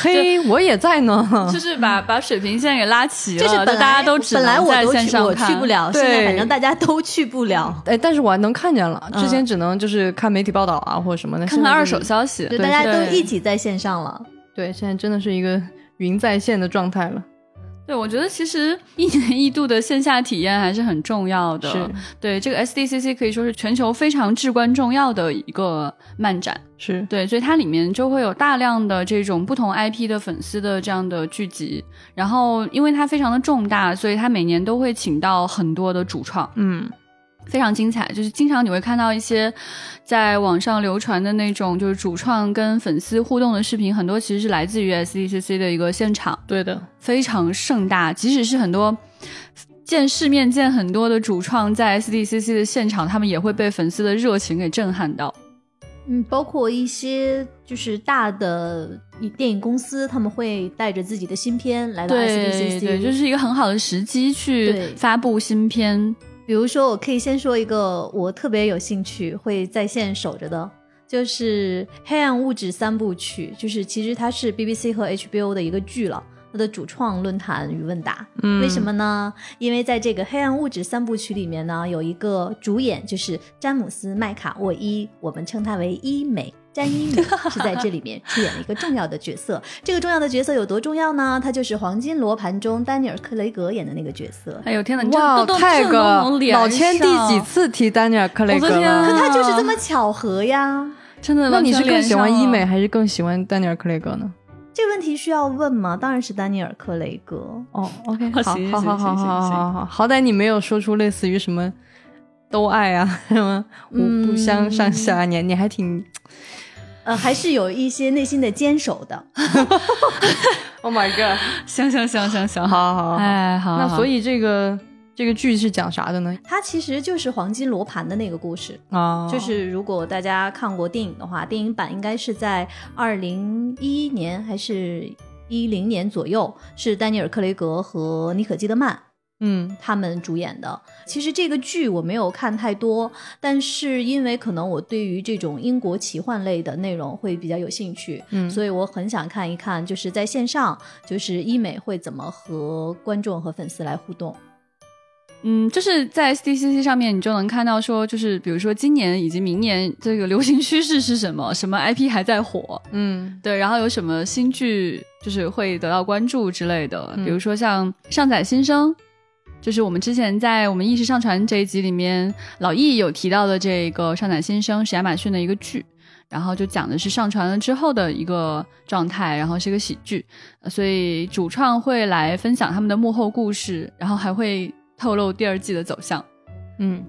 S3: 嘿，我也在呢。
S2: 嗯就是把把水平线给拉齐
S1: 这是
S2: 了，
S1: 本来
S2: 大家都只
S1: 本来
S2: 能
S1: 我
S2: 在
S1: 都
S2: 线
S1: 去
S2: 上
S1: 我
S2: 看
S1: 去不，了，现
S3: 对
S1: 在反正大家都去不了，
S3: <laughs> 哎，但是我还能看见了，之前
S1: 嗯
S3: 只能就是看媒体报道啊或者什么的，
S2: 看
S3: 现
S2: 看
S3: 在
S2: 二
S3: 就
S2: 手
S3: 是
S2: 消息，
S1: 就
S3: 对
S1: 大家都
S2: 对
S1: 一起在线上了。
S3: 对，现在真的是一个云在线的状态了，
S2: 对，我觉得其实一年一度的线下体验还是很重要的。
S3: 是
S2: 对，这个 SDCC 可以说是全球非常至关重要的一个漫展。
S3: 是，
S2: 对，所以它里面就会有大量的这种不同 IP 的粉丝的这样的聚集。然后，因为它非常的重大，所以它每年都会请到很多的主创，
S3: 嗯，
S2: 非常精彩。就是经常你会看到一些在网上流传的那种，就是主创跟粉丝互动的视频，很多其实是来自于 SDCC 的一个现场。
S3: 对的，
S2: 非常盛大，即使是很多见世面见很多的主创在 SDCC 的现场，他们也会被粉丝的热情给震撼到。
S1: 嗯，包括一些就是大的电影公司，他们会带着自己的新片来到 SDCC，
S2: 对，就是一个很好的时机去
S1: 对
S2: 发布新片。
S1: 比如说，我可以先说一个我特别有兴趣会在线守着的，就是《黑暗物质》三部曲，就是其实它是 BBC 和 HBO 的一个剧了。它的主创论坛与问答，
S3: 嗯，
S1: 为什么呢？因为在这个《黑暗物质》三部曲里面呢，有一个主演就是詹姆斯·麦卡沃伊，我们称他为伊美。詹伊美是在这里面出演了一个重要的角色，这个重要的角色有多重要呢？他就是《黄金罗盘》中丹尼尔·克雷格演的那个角色。
S2: 哎呦天哪，你这
S3: 哇
S2: 都都这
S3: 泰
S2: 都
S3: 哥
S2: 能脸
S3: 老千第几
S2: 上
S3: 次提丹尼尔·克雷
S2: 我
S3: 格
S2: 的天啊
S3: 了？
S1: 他就是这么巧合呀。
S2: 真的
S3: 那
S2: 完
S3: 你
S2: 全
S3: 是更
S2: 连
S3: 喜欢
S2: 上
S3: 医美
S2: 了？
S3: 还是更喜欢丹尼尔·克雷格呢？
S1: 这个问题需要问吗？当然是丹尼尔·克雷格。
S3: 哦，OK，
S2: 好
S3: <laughs> 好，
S2: 行
S3: 好，
S2: 行
S3: 好，
S2: 行
S3: 好，
S2: 行
S3: 好，好，好，好歹你没有说出类似于什么都爱啊， <laughs> 什么五不相上下，你你还挺
S1: 呃，还是有一些内心的坚守的。
S3: ，Oh my god！
S2: 行行行行行，
S3: 好好好，
S2: 哎好，
S3: 那
S2: 好
S3: 所以这个这个剧是讲啥的呢？
S1: 它其实就是黄金罗盘的那个故事，
S3: 啊
S1: 就是如果大家看过电影的话，电影版应该是在二零一一年还是一零年左右，是丹尼尔·克雷格和妮可基德曼
S3: 嗯
S1: 他们主演的。其实这个剧我没有看太多，但是因为可能我对于这种英国奇幻类的内容会比较有兴趣，
S3: 嗯，
S1: 所以我很想看一看，就是在线上，就是医美会怎么和观众和粉丝来互动。
S2: 嗯，就是在 SDCC 上面，你就能看到说，就是比如说今年以及明年这个流行趋势是什么，什么 IP 还在火，
S3: 嗯
S2: 对，然后有什么新剧就是会得到关注之类的，
S3: 嗯
S2: 比如说像《上载新生》，就是我们之前在我们意识上传这一集里面，老易有提到的这个《上载新生》是亚马逊的一个剧，然后就讲的是上传了之后的一个状态，然后是一个喜剧，呃所以主创会来分享他们的幕后故事，然后还会透露第二季的走向。
S3: 嗯。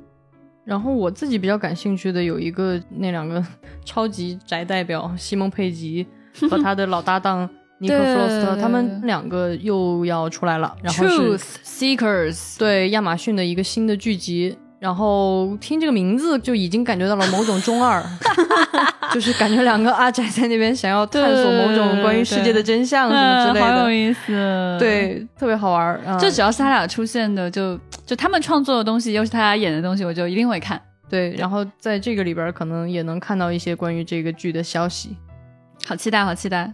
S3: 然后我自己比较感兴趣的有一个那两个超级宅代表西蒙佩吉和他的老搭档尼克
S2: 对
S3: 弗罗斯特，他
S2: 对
S3: 们两个又要出来了，然后是
S2: Truth Seekers，
S3: 对亚马逊的一个新的剧集。然后听这个名字就已经感觉到了某种中二， <laughs> 就是感觉两个阿宅在那边想要探索某种关于世界的真相什么之类
S1: 嗯
S2: <laughs> 好有
S3: 的，
S2: 意思。。
S3: 对，特别好玩儿。啊
S2: 就只要是他俩出现的，就就他们创作的东西，又是他俩演的东西，我就一定会看。
S3: 对，然后在这个里边儿可能也能看到一些关于这个剧的消息。
S2: 好期待，好期待。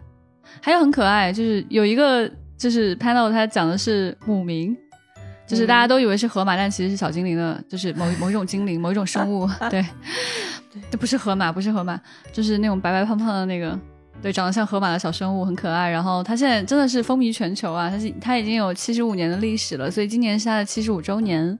S2: 还有很可爱，就是有一个就是 panel，他讲的是母名，就是大家都以为是河马，但其实是小精灵的，就是某某一种精灵，某一种生物。对，这不是河马，不是河马，就是那种白白胖胖的那个。对，长得像河马的小生物很可爱，然后它现在真的是风靡全球啊！它是它已经有七十五年的历史了，所以今年是它的七十五周年。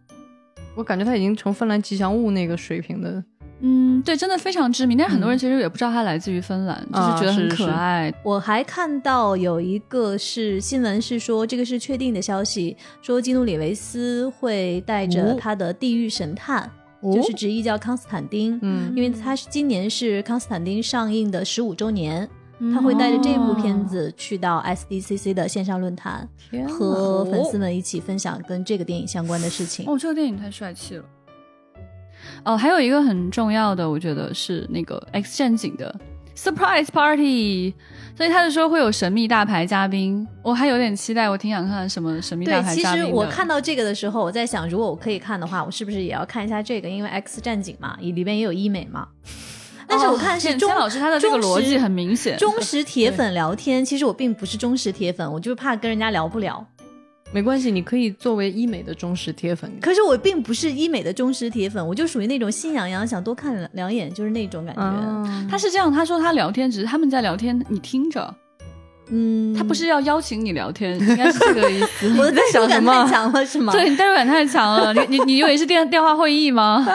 S3: 我感觉它已经成芬兰吉祥物那个水平的，
S2: 嗯，对，真的非常知名，但是很多
S1: 嗯
S2: 人其实也不知道它来自于芬兰，
S3: 啊
S2: 就是觉得很
S3: 是
S2: 可
S3: 是
S2: 爱。
S1: 我还看到有一个是新闻，是说这个是确定的消息，说基努里维斯会带着
S3: 哦
S1: 他的地狱神探，就是直译叫康斯坦丁，
S3: 嗯
S1: 因为他是今年是康斯坦丁上映的十五周年，他会带着这部
S2: 哦
S1: 片子去到 SDCC 的线上论坛，
S3: 天哪
S1: 和粉丝们一起分享跟这个电影相关的事情。
S2: 哦，这个电影太帅气了。哦，还有一个很重要的，我觉得是那个《X 战警》的 Surprise Party，所以他是说会有神秘大牌嘉宾，我还有点期待，我挺想看什么神秘大
S1: 对，
S2: 牌
S1: 其
S2: 嘉宾
S1: 实
S2: 的
S1: 我看到这个的时候，我在想，如果我可以看的话，我是不是也要看一下这个？因为《X 战警》嘛，里边也有医美
S2: <laughs>
S1: 嘛。但是我看
S2: 哦
S1: 是
S2: 对
S1: 中、
S2: 姜老师他的这个
S1: 忠实
S2: 逻辑很明显
S1: 忠实铁粉聊天，其实我并不是忠实铁粉，我就是怕跟人家聊不了。
S3: 没关系，你可以作为医美的忠实铁粉。
S1: 可是我并不是医美的忠实铁粉，我就属于那种心痒痒想多看两眼，就是那种感觉。
S3: 啊
S2: 他是这样，他说他聊天只是他们在聊天，你听着，
S1: 嗯，
S2: 他不是要邀请你聊天，应该是这个意思。
S1: <laughs> 我的代入
S3: 想什
S1: 感
S3: 么
S1: 太强了，是吗？
S3: <laughs>
S2: 对，你代入感太强 <laughs> 了，你你你以为是电电话会议吗？
S1: 就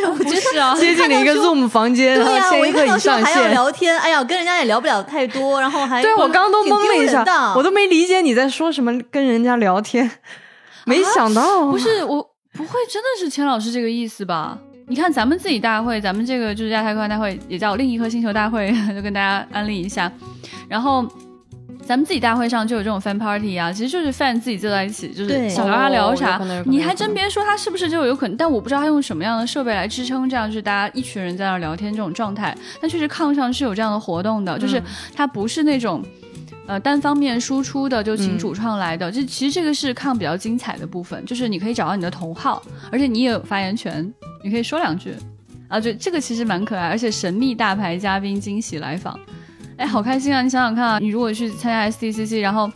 S1: 是我觉得
S2: 是啊，
S3: 接近了一个 Zoom 房间，
S1: 对
S3: 然后
S1: 呀、我
S3: 先
S1: 一
S3: 啊
S1: 看
S3: 一个
S1: 到
S3: 以
S1: 说
S3: 上
S1: 还要
S3: 线。
S1: 聊天，哎呀，跟人家也聊不了太多，然
S2: 哎
S1: 后还
S3: 对我刚刚都
S1: 挺
S3: 懵了一
S1: 丢人
S3: 下，
S1: 的
S3: 我都没理解你在说什么，跟人家聊天，没想到
S2: 啊不是我，不会真的是钱老师这个意思吧？你看咱们自己大会，咱们这个就是亚太科幻大会，也叫另一颗星球大会， <laughs> 就跟大家安利一下。然后咱们自己大会上就有这种 fan party 啊，其实就是 fan 自己坐在一起，就是
S1: 对
S2: 想聊啥聊
S3: 哦
S2: 啥
S3: 有可能有。可能
S2: 你还真别说，他是不是就有可能？但我不知道他用什么样的设备来支撑这样，就是大家一群人在那儿聊天这种状态。但确实炕上是有这样的活动
S3: 嗯
S2: 的，就是它不是那种。呃，单方面输出的就请
S3: 嗯
S2: 主创来的，这其实这个是抗比较精彩的部分，就是你可以找到你的同好，而且你也有发言权，你可以说两句啊，就这个其实蛮可爱，而且神秘大牌嘉宾惊喜来访，哎，好开心啊！你想想看啊，你如果去参加 SDCC，然后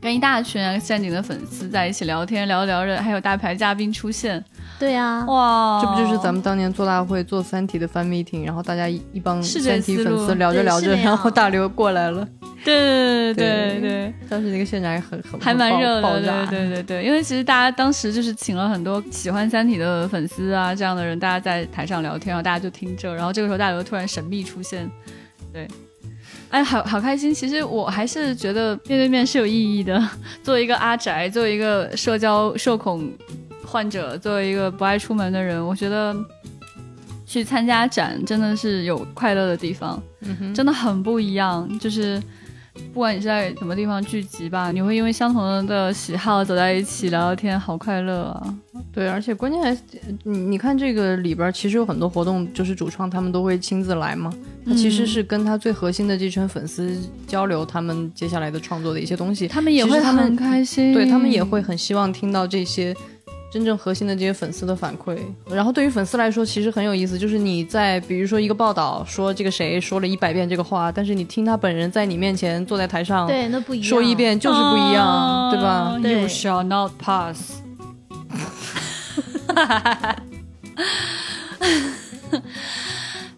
S2: 跟一大群 X 战警的粉丝在一起聊天，聊着聊着还有大牌嘉宾出现，
S1: 对呀、
S3: 哦
S2: 哇，
S3: 这不就是咱们当年做大会做《三体》的 fan meeting，然后大家一一帮《
S2: 是这
S3: 三体
S2: 思》
S3: 粉
S2: 路
S3: 丝聊着
S1: 对
S3: 聊
S1: 是
S3: 着，
S1: 那样
S3: 然后大刘过来了。
S2: 对对对
S3: 对
S2: 对。
S3: 当时那个现场还很很
S2: 还蛮
S3: 很爆
S2: 热
S3: 爆
S2: 的，
S3: 炸
S2: 对对对对，因为其实大家当时就是请了很多喜欢《三体》的粉丝啊，这样的人，大家在台上聊天，然后大家就听着，然后这个时候大刘突然神秘出现，对，哎，好好开心。其实我还是觉得面对面是有意义的，作为一个阿宅，作为一个社交社恐。患者，作为一个不爱出门的人，我觉得去参加展真的是有快乐的地方，
S3: 嗯
S2: 真的很不一样。就是不管你是在什么地方聚集吧，你会因为相同的喜好走在一起聊聊天，好快乐啊！
S3: 对，而且关键还是你你看这个里边儿其实有很多活动，就是主创他们都会亲自来嘛。他其
S2: 嗯
S3: 实是跟他最核心的这圈粉丝交流，他们接下来的创作的一些东西，
S2: 他们也会
S3: 其实他们
S2: 很开心，
S3: 对他们
S2: 嗯
S3: 也会很希望听到这些真正核心的这些粉丝的反馈。然后对于粉丝来说，其实很有意思，就是你在比如说一个报道说这个谁说了一百遍这个话，但是你听他本人在你面前坐在台上
S1: 对，那不一样。
S3: 说一，遍就是不一样，
S2: 啊
S3: 对吧？
S1: 对
S2: You shall not pass 。 <laughs>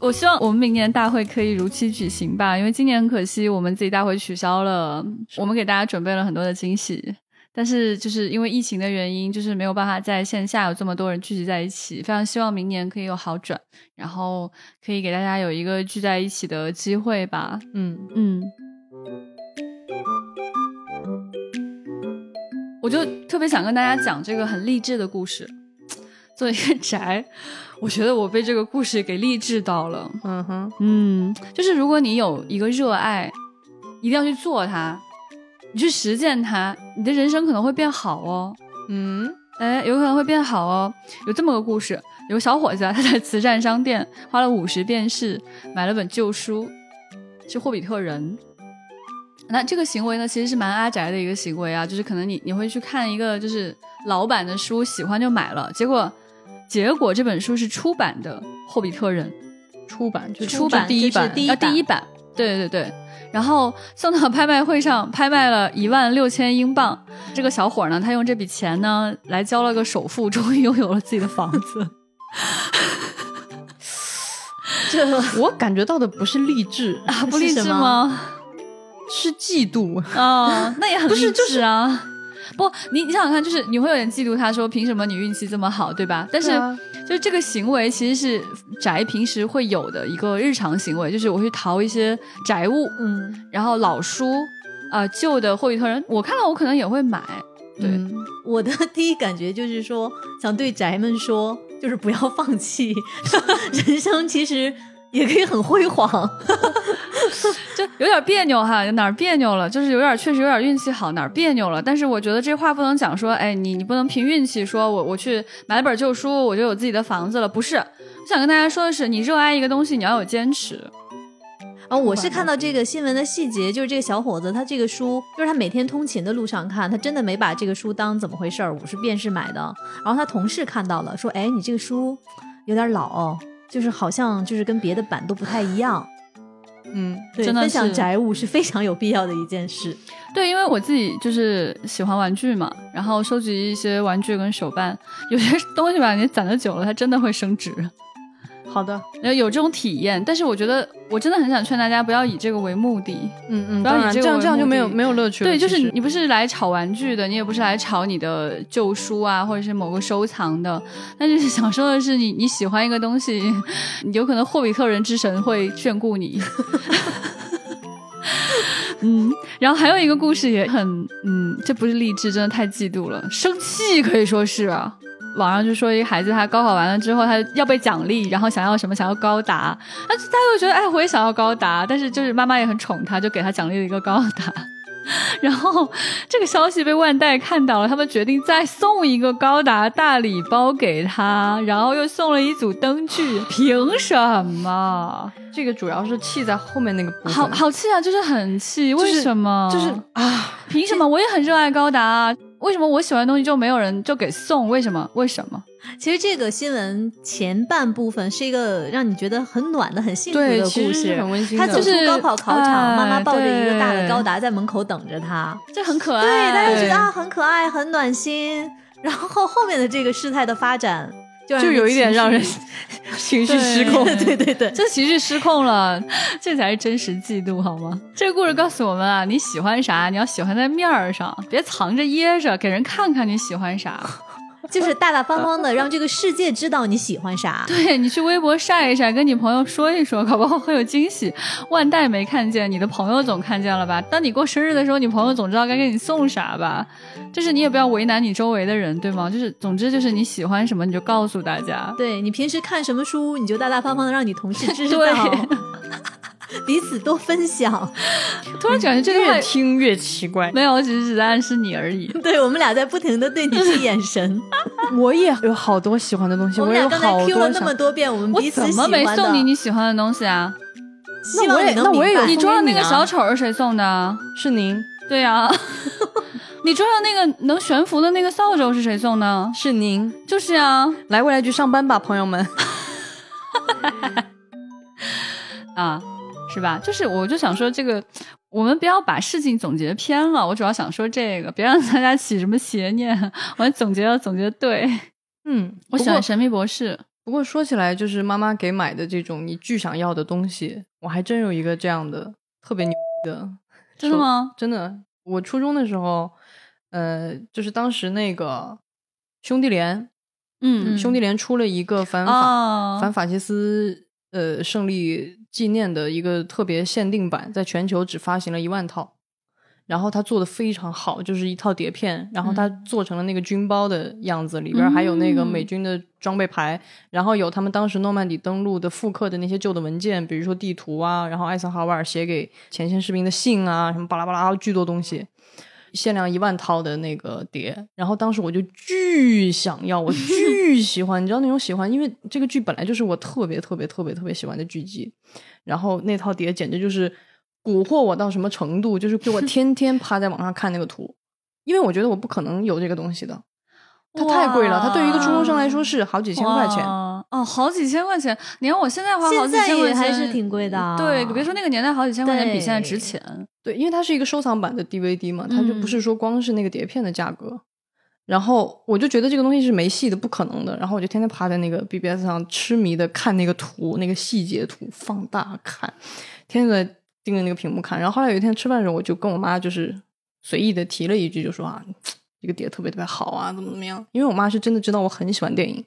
S2: 我希望我们明年大会可以如期举行吧，因为今年很可惜我们自己大会取消了，我们给大家准备了很多的惊喜，但是就是因为疫情的原因，就是没有办法在线下有这么多人聚集在一起。非常希望明年可以有好转，然后可以给大家有一个聚在一起的机会吧。
S3: 嗯，
S2: 嗯，我就特别想跟大家讲这个很励志的故事。作为一个宅，我觉得我被这个故事给励志到了。
S3: 嗯哼，
S2: 嗯，就是如果你有一个热爱，一定要去做它，你去实践它，你的人生可能会变好哦。
S3: 嗯，
S2: 哎，有可能会变好哦。有这么个故事，有个小伙子啊，他在慈善商店花了五十便士买了本旧书，是《霍比特人》。那这个行为呢，其实是蛮阿宅的一个行为啊，就是可能你你会去看一个就是老版的书，喜欢就买了，结果结果这本书是出版的《霍比特人》，
S3: 出版就
S2: 出版
S3: 就第一
S1: 这是
S3: 版，
S1: 第一
S2: 啊，第一版，对对对。然后送到拍卖会上，拍卖了一万六千英镑。这个小伙儿呢，他用这笔钱呢来交了个首付，终于拥有了自己的房子。
S1: 这
S3: 我感觉到的不是励志，
S2: 啊，不励
S1: 是什
S2: 志
S1: 么
S2: 吗？
S3: 是嫉妒。
S2: 啊，那也很励志啊。不，你你想想看，就是你会有点嫉妒他，说凭什么你运气这么好，对吧？但是、
S3: 对啊
S2: 就是这个行为其实是宅平时会有的一个日常行为，就是我去淘一些宅物，
S3: 嗯，
S2: 然后老书啊、旧的霍比特人，我看到我可能也会买。对，
S3: 嗯
S1: 我的 <laughs> 第一感觉就是说，想对宅们说，就是不要放弃， <laughs> 人生其实也可以很辉煌。
S2: 就有点别扭哈，哪儿别扭了？就是有点确实有点运气好，哪儿别扭了？但是我觉得这话不能讲说，哎，你你不能凭运气说我我去买了本旧书，我就有自己的房子了，不是？我想跟大家说的是，你热爱一个东西，你要有坚持。
S1: 然啊后我是看到这个新闻的细节，就是这个小伙子他这个书，就是他每天通勤的路上看，他真的没把这个书当怎么回事儿，五十便士买的。然后他同事看到了，说：“哎，你这个书有点老哦，就是好像就是跟别的版都不太一样。
S3: 嗯，”
S1: 对，
S2: 真的
S1: 分享
S2: 是
S1: 宅物是非常有必要的一件事。
S2: 对，因为我自己就是喜欢玩具嘛，然后收集一些玩具跟手办，有些东西吧，你攒的久了，它真的会升值。
S3: 好的，
S2: 然后有这种体验，但是我觉得我真的很想劝大家不要以这个为目的，
S3: 嗯嗯，
S2: 不要以
S3: 当然
S2: 这个
S3: 这样
S2: 为
S3: 这样就没有
S2: 目的
S3: 没有乐趣了。
S2: 对，就是
S3: 其
S2: 你
S3: 实嗯
S2: 你不是来炒玩具的，你也不是来炒你的旧书啊，或者是某个收藏的。但是想说的是你，你喜欢一个东西， <laughs> 你有可能霍比特人之神会眷顾你。 <laughs> 嗯，然后还有一个故事也很，嗯，这不是励志，真的太嫉妒了，生气可以说是啊。网上就说一个孩子，他高考完了之后，他要被奖励，然后想要什么，想要高达，那大家就觉得，哎，我也想要高达，但是就是妈妈也很宠他，就给他奖励了一个高达。 <laughs> 然后这个消息被万代看到了，他们决定再送一个高达大礼包给他，然后又送了一组灯具，凭什么？
S3: 这个主要是气在后面那个部分，
S2: 好哦好气啊，就是很气，
S3: 就是
S2: 为什么？
S3: 就是啊，
S2: 凭 <laughs> 什么？我也很热爱高达啊，为什么我喜欢的东西就没有人就给送？为什么？为什么？
S1: 其实这个新闻前半部分是一个让你觉得很暖的、很幸福
S3: 对，
S1: 的
S3: 其
S1: 故
S3: 实是
S1: 事，
S3: 很温馨的。
S1: 他走
S2: 就是
S1: 出高考考场，
S2: 哎
S1: 妈妈抱着一个大的
S2: 对
S1: 高达在门口等着他。
S2: 这很可爱，
S1: 对，大家就
S3: 哎
S1: 觉得
S2: 对
S1: 啊很可爱、很暖心。然后后面的这个事态的发展，就让
S3: 就有一点让人
S1: 情绪
S3: <laughs> 情绪失控。
S1: <laughs> 对对对，
S2: 这情绪失控了， <laughs> 这才是真实嫉妒，好吗？这个故事告诉我们啊，你喜欢啥，你要喜欢在面儿上，别藏着掖着，给人看看你喜欢啥。
S1: 就是大大方方的让这个世界知道你喜欢啥。
S2: 对你去微博晒一晒，跟你朋友说一说，搞不好会有惊喜。万代没看见，你的朋友总看见了吧？当你过生日的时候，你朋友总知道该给你送啥吧？ <laughs> 就是你也不要为难你周围的人，对吗？就是总之就是你喜欢什么你就告诉大家。
S1: 对你平时看什么书，你就大大方方的让你同事知
S2: 对
S1: 道， <laughs> 彼此多分享。
S2: 突然感觉这句 <laughs> 话
S3: 越听越奇怪。
S2: 没有，我只是只在暗示你而已。
S1: 对我们俩在不停的对你是眼
S3: <laughs>
S1: 神，
S3: 我也有好多喜欢的东西，
S1: 我们
S3: 也
S1: 俩
S3: 有
S1: 刚才
S3: 好
S1: Q 了
S3: 多
S1: 那
S3: 想
S1: 么。多遍，我们
S2: 我
S1: 彼此
S2: 怎
S1: 喜
S2: 么
S1: 欢
S2: 没
S1: 的。
S2: <laughs> 送你你喜欢的东西啊？
S1: 希
S3: 那我
S1: 望你
S3: 也
S1: 能
S3: 那我也
S1: 明白
S2: <laughs>
S3: 有
S2: 你
S3: 送
S2: 桌上
S3: 给
S2: 那个
S3: 你啊
S2: 小丑是谁送的啊？
S3: 是您，
S2: 对呀、 <laughs> 你桌上那个能悬浮的那个扫帚是谁送的？
S3: 是您，
S2: 就是啊，
S3: 来未来局上班吧，朋友们。
S2: 啊，是吧？就是我就想说这个，我们不要把事情总结偏了。我主要想说这个，别让大家起什么邪念。我总结要总结对。
S3: <laughs> 嗯，
S2: 我
S3: 不
S2: 喜
S3: 过
S2: 欢《神秘博士》，
S3: 不过说起来，就是妈妈给买的这种你巨想要的东西，我还真有一个这样的特别牛逼的，
S2: 真的
S3: 手？
S2: 吗？
S3: 真的，我初中的时候，呃，就是当时那个兄弟连，
S2: 嗯，
S3: 兄弟连出了一个反法、
S2: 哦，
S3: 反法西斯呃胜利纪念的一个特别限定版，在全球只发行了一万套。然后它做的非常好，就是一套碟片，然后它做成了那个军包的样子，里边还有那个美军的装备牌，然后有他们当时诺曼底登陆的复刻的那些旧的文件，比如说地图啊，然后艾森豪威尔写给前线士兵的信啊，什么巴拉巴拉，巨多东西。限量一万套的那个碟，然后当时我就巨想要，我巨喜欢，你知道那种喜欢，因为这个剧本来就是我特别特别特别特别喜欢的剧集，然后那套碟简直就是蛊惑我到什么程度，就是给我天天趴在网上看那个图，因为我觉得我不可能有这个东西的，它太贵了，它对于一个初中生来说是好几
S2: 几
S3: 千块钱，
S2: 哦，好几千块钱！你看我现在花好
S1: 现
S2: 几
S1: 在
S2: 千块
S1: 也
S2: 钱
S1: 还是挺贵的啊
S2: 对，别说那个年代好几千块钱比现在值
S1: 对
S2: 钱。
S3: 对，因为它是一个收藏版的 DVD 嘛，它就
S1: 嗯
S3: 不是说光是那个碟片的价格。然后我就觉得这个东西是没戏的，不可能的。然后我就天天趴在那个 BBS 上，痴迷的看那个图，那个细节图放大看，天天在盯着那个屏幕看。然后后来有一天吃饭的时候，我就跟我妈就是随意的提了一句，就说啊，这个碟特别特别好啊，怎么怎么样？因为我妈是真的知道我很喜欢电影。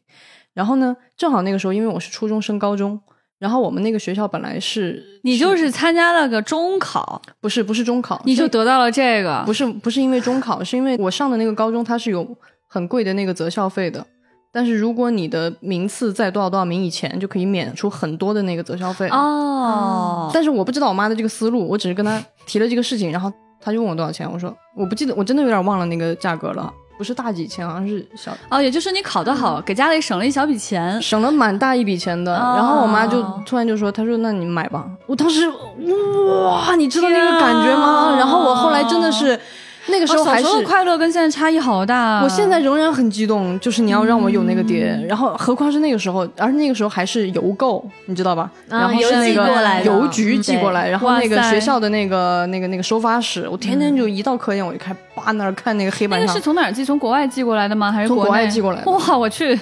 S3: 然后呢，正好那个时候因为我是初中升高中，然后我们那个学校本来是
S2: 你就是参加了个中考，
S3: 不是不是中考，
S2: 你
S3: 是
S2: 就得到了这个，
S3: 不是不是因为中考，是因为我上的那个高中它是有很贵的那个择校费的，但是如果你的名次在多少多少名以前，就可以免除很多的那个择校费。
S2: 哦，
S3: 但是我不知道我妈的这个思路，我只是跟她提了这个事情，然后她就问我多少钱，我说我不记得，我真的有点忘了那个价格了，不是大几千，好像是小，
S2: 哦，也就是你考得
S3: 嗯
S2: 好，给家里省了一小笔钱。
S3: 省了蛮大一笔钱的。然后我妈就
S2: 哦
S3: 突然就说，她说那你买吧，我当时哇，你知道那个感觉
S2: 天
S3: 吗？
S2: 啊
S3: 然后我后来真的是。那个时候
S2: 哦小
S3: 还
S2: 时
S3: 是、
S2: 候的快乐跟现在差异好大啊。嗯
S3: 我现在仍然很激动，就是你要让我有那个碟，然后何况是那个时候，而那个时候还是邮购，你知道吧？
S1: 啊
S3: 然后是那
S2: 邮寄过来
S3: 个
S2: 的嗯
S3: 邮局寄过来，然后那个
S2: 哇塞
S3: 学校的那个那个那个收发室，我天天就一到课间我就开始扒那儿看那个黑
S2: 那
S3: 板
S2: 个
S3: 上
S2: 是，从哪儿寄？从国外寄过来的吗？还是
S3: 从
S2: 国
S3: 国外
S2: 内
S3: 寄过来的
S2: 哇，我去，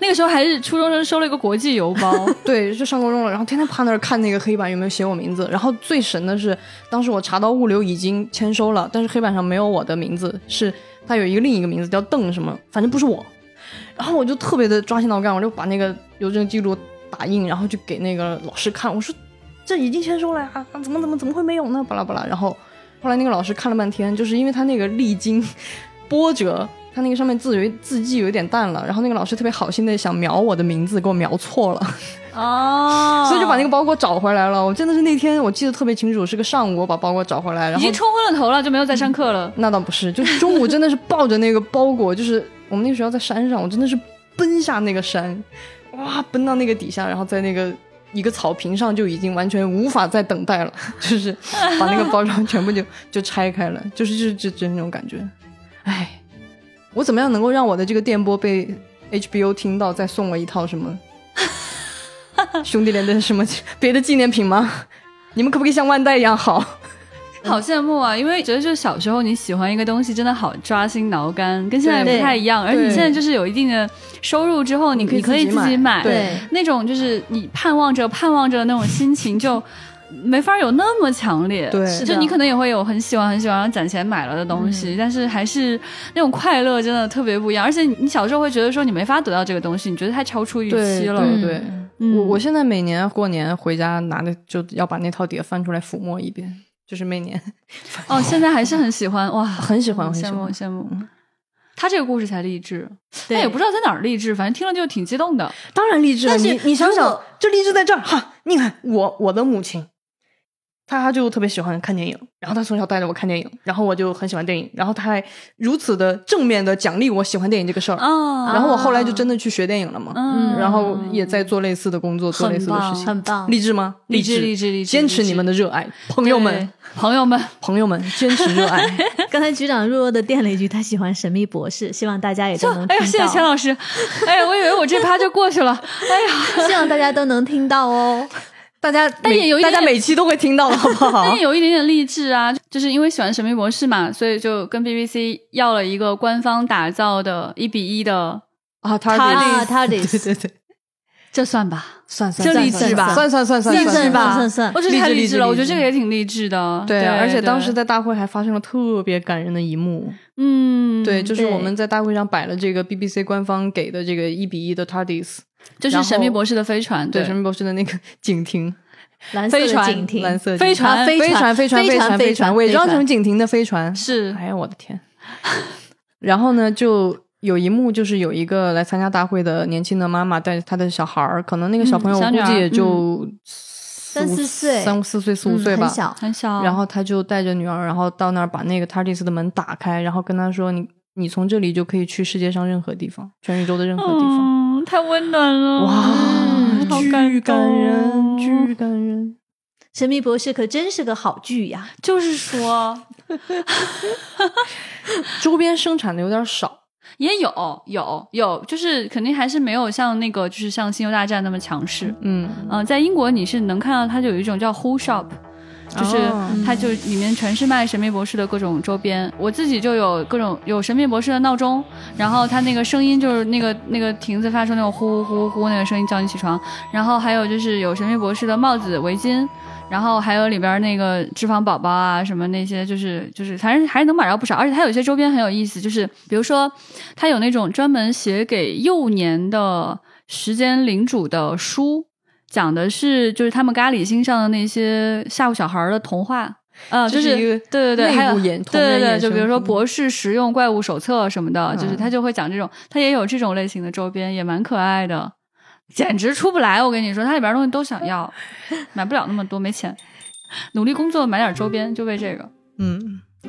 S2: 那个时候还是初中生收了一个国际邮
S3: <laughs>
S2: 包。
S3: 对，就上高中了，然后天天趴那儿看那个黑板有没有写我名字。然后最神的是，当时我查到物流已经签收了，但是黑板上没有我的名字，是它有一个另一个名字叫邓什么，反正不是我。然后我就特别的抓心挠肝，我就把那个邮政记录打印，然后就给那个老师看，我说这已经签收了呀、啊，怎么怎么怎么会没有呢？巴拉巴拉。然后后来那个老师看了半天，就是因为他那个历经 <laughs> 波折，他那个上面字有一字迹有一点淡了，然后那个老师特别好心的想描我的名字，给我描错了。
S2: 哦，
S3: 所以就把那个包给我找回来了。我真的是那天我记得特别清楚，是个上午我把包给我找回来，然
S2: 已
S3: 后
S2: 经冲昏了头了，就没有再上课了。
S3: 那倒不是，就中午真的是抱着那个包裹， <laughs> 就是我们那个学校在山上，我真的是奔下那个山，哇，奔到那个底下，然后在那个一个草坪上就已经完全无法再等待了， <laughs> 就是把那个包装全部就就拆开了，就是就是就就是那种感觉，哎，我怎么样能够让我的这个电波被 HBO 听到，再送我一套什么 <laughs> 兄弟连的什么 <laughs> 别的纪念品吗？ <laughs> 你们可不可以像万代一样好？
S2: 好羡慕啊！因为觉得就是小时候你喜欢一个东西，真的好抓心挠肝，跟现在
S1: 对
S2: 不太一样。而你
S3: 对
S2: 现在就是有一定的收入之后，你可以
S3: 你可
S2: 可
S3: 以
S2: 以
S3: 自己
S2: 自己
S3: 买
S2: 买，
S3: 对
S1: 对
S2: 那种就是你盼望着盼望着那种心情就。没法有那么强烈。
S3: 对
S1: 是
S2: 就
S1: 的
S2: 你可能也会有很喜欢很喜欢，然后攒钱买了的东西，但是还是那种快乐真的特别不一样。而且你小时候会觉得说你没法得到这个东西，你觉得太超出预期了。
S3: 对
S1: 嗯
S3: 对，
S2: 嗯
S3: 我我现在每年过年回家拿那就要把那套碟翻出来抚摸一遍，就是每年
S2: 哦，现在还是很喜欢哇，
S3: <laughs> 很喜欢
S2: 很
S3: 很喜
S2: 羡慕，
S3: 欢嗯
S2: 很羡慕。他这个故事才励志，
S1: 对
S2: 但也不知道在哪儿励志，反正听了就挺激动的。
S3: 当然励志了，
S1: 但是
S3: 你你想
S1: 如
S3: 想
S1: 果，
S3: 就励志在这儿哈。你看我我的母亲，她就特别喜欢看电影，然后她从小带着我看电影，然后我就很喜欢电影，然后她还如此的正面的奖励我喜欢电影这个事儿。
S2: 哦，
S3: 啊然后我后来就真的去学电影了嘛，
S2: 嗯，
S3: 然后也在做类似的工作，做类
S2: 很
S3: 似的事
S2: 棒，
S3: 情。
S1: 很棒
S3: 励志吗？
S2: 励志
S3: 志，
S2: 励志励志
S3: 坚持
S2: 励志
S3: 你们的热爱，朋友们
S2: 对，，朋友们，
S3: 朋友们，坚持热爱。
S1: 刚才局长弱弱的垫了一句，他喜欢神秘博士，希望大家也
S2: 就
S1: 都
S3: 嗯
S1: 能听到。
S2: 哎呀，谢谢钱老师，哎呀，我以为我这趴就过去了，哎呀，
S1: 希望大家都能听到哦。
S3: 大家
S2: 但也有
S3: 每
S2: 一
S3: 大家
S2: 点哎
S3: 每期都会听到的，好不
S2: <laughs>
S3: 好
S2: 但？也有一点点励志啊，就是因为喜欢神秘博士嘛，所以就跟 BBC 要了一个官方打造的一比一的，
S3: 啊，他
S1: 啊
S3: 他
S1: TARDIS
S3: 对对对，
S2: 这算吧，
S3: 算算
S2: 这
S3: 算
S2: 励
S3: 算
S2: 志吧
S3: 算算算算
S1: 算
S3: 算
S1: 算吧
S2: 吧，
S1: 算算
S2: 我觉得
S3: 励
S2: 太
S3: 志
S2: 励
S3: 励
S2: 志
S3: 志
S2: 了，
S3: 励
S2: 我觉得
S3: 志
S2: 这个也挺励志的，
S3: 对，啊
S2: 对，
S3: 而且当
S2: 对
S3: 时在大会还发生了特别感人的一幕，
S2: 嗯，
S3: 对，就是
S1: 对
S3: 我们在大会上摆了这个 BBC 官方给的这个一比一的 TARDIS，
S2: 就是
S3: 然
S2: 神秘
S3: 后
S2: 博士的飞船，
S3: 对，神秘博士的那个景亭，
S1: 蓝色
S2: 飞
S1: 的
S2: 船
S1: 警亭，
S3: 蓝色
S2: 飞
S3: 飞
S2: 船
S1: 啊船，
S3: 飞飞
S1: 船，
S3: 飞
S1: 船，
S3: 飞
S1: 船，
S3: 伪
S1: 飞
S3: 装
S1: 船
S3: 成景亭的飞船，
S2: 是
S3: 哎呀，我的天！ <laughs> 然后呢，就有一幕就是有一个来参加大会的年轻的妈妈带着她的小孩儿，可能那个小朋友
S2: 嗯小女
S3: 估
S2: 儿嗯
S3: 计也就三
S1: 三四岁
S3: 三四岁、四五
S1: 嗯
S3: 岁吧。
S1: 很小，
S2: 很小，嗯
S3: 然后他就带着女儿，然后到那儿把那个 TARDIS 的门打开，然后跟她说：“你你从这里就可以去世界上任何地方，全宇宙的任何地方。
S2: 嗯，太温暖了，嗯
S3: 哇，
S2: 好
S3: 巨
S2: 感
S3: 感人，
S2: 动哦
S3: 巨感人！
S1: 神秘博士可真是个好剧呀！
S2: 就是说，
S3: 周边生产的有点少，
S2: 也有有有，就是肯定还是没有像那个就是像《星球大战》那么强势。
S3: 嗯，
S2: 嗯、在英国你是能看到它就有一种叫 Who Shop，就是
S3: 哦
S2: 它就里面全是卖神秘博士的各种周边。我自己就有各种有神秘博士的闹钟，然后它那个声音就是那个那个亭子发出那种呼呼呼呼那个声音叫你起床，然后还有就是有神秘博士的帽子、围巾。然后还有里边那个脂肪宝宝啊，什么那些，就是就是，反正还能买到不少。而且它有一些周边很有意思，就是比如说，它有那种专门写给幼年的时间领主的书，讲的是就是他们咖喱星上的那些吓唬小孩儿的童话。呃，
S3: 这
S2: 就是是
S3: 一个
S2: 对对对，
S3: 内
S2: 还有
S3: 部
S2: 对
S3: 衍同
S2: 对
S3: 人
S2: 对，
S3: 衍
S2: 就比如
S3: 生
S2: 说《
S3: 品
S2: 博士实用怪物手册》什么的，就是
S3: 嗯
S2: 他就会讲这种，他也有这种类型的周边，也蛮可爱的，简直出不来。我跟你说，它里边儿东西都想要，买不了那么多，没钱，努力工作买点儿周边，就为这个，
S3: 嗯。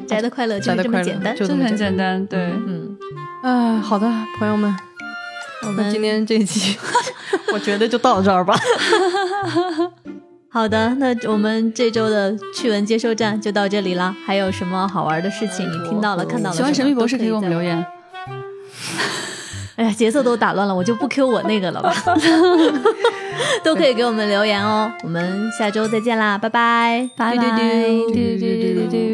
S1: 宅的快乐就
S3: 宅
S1: 是
S3: 的
S1: 这么
S3: 快乐
S1: 简单。
S3: 就这
S2: 真
S3: 么
S2: 的很
S3: 简
S2: 简单，对。
S3: 嗯，啊，好的，朋友们，
S1: 我
S3: 那
S1: 们
S3: 今天这一期 <laughs> 我觉得就到这 <laughs> 儿吧。
S1: 好的，那我们这周的趣闻接收站就到这里啦。还有什么好玩的事情你听到了、看到了？
S2: 喜欢神秘博士可以给我们留
S1: 言。
S2: 言，
S1: 哎呀，节奏都打乱了，我就不 Q 我那个了吧。都可以给我们留言哦。我们下周再见啦，拜拜，拜
S2: 嘟嘟嘟嘟嘟嘟嘟嘟。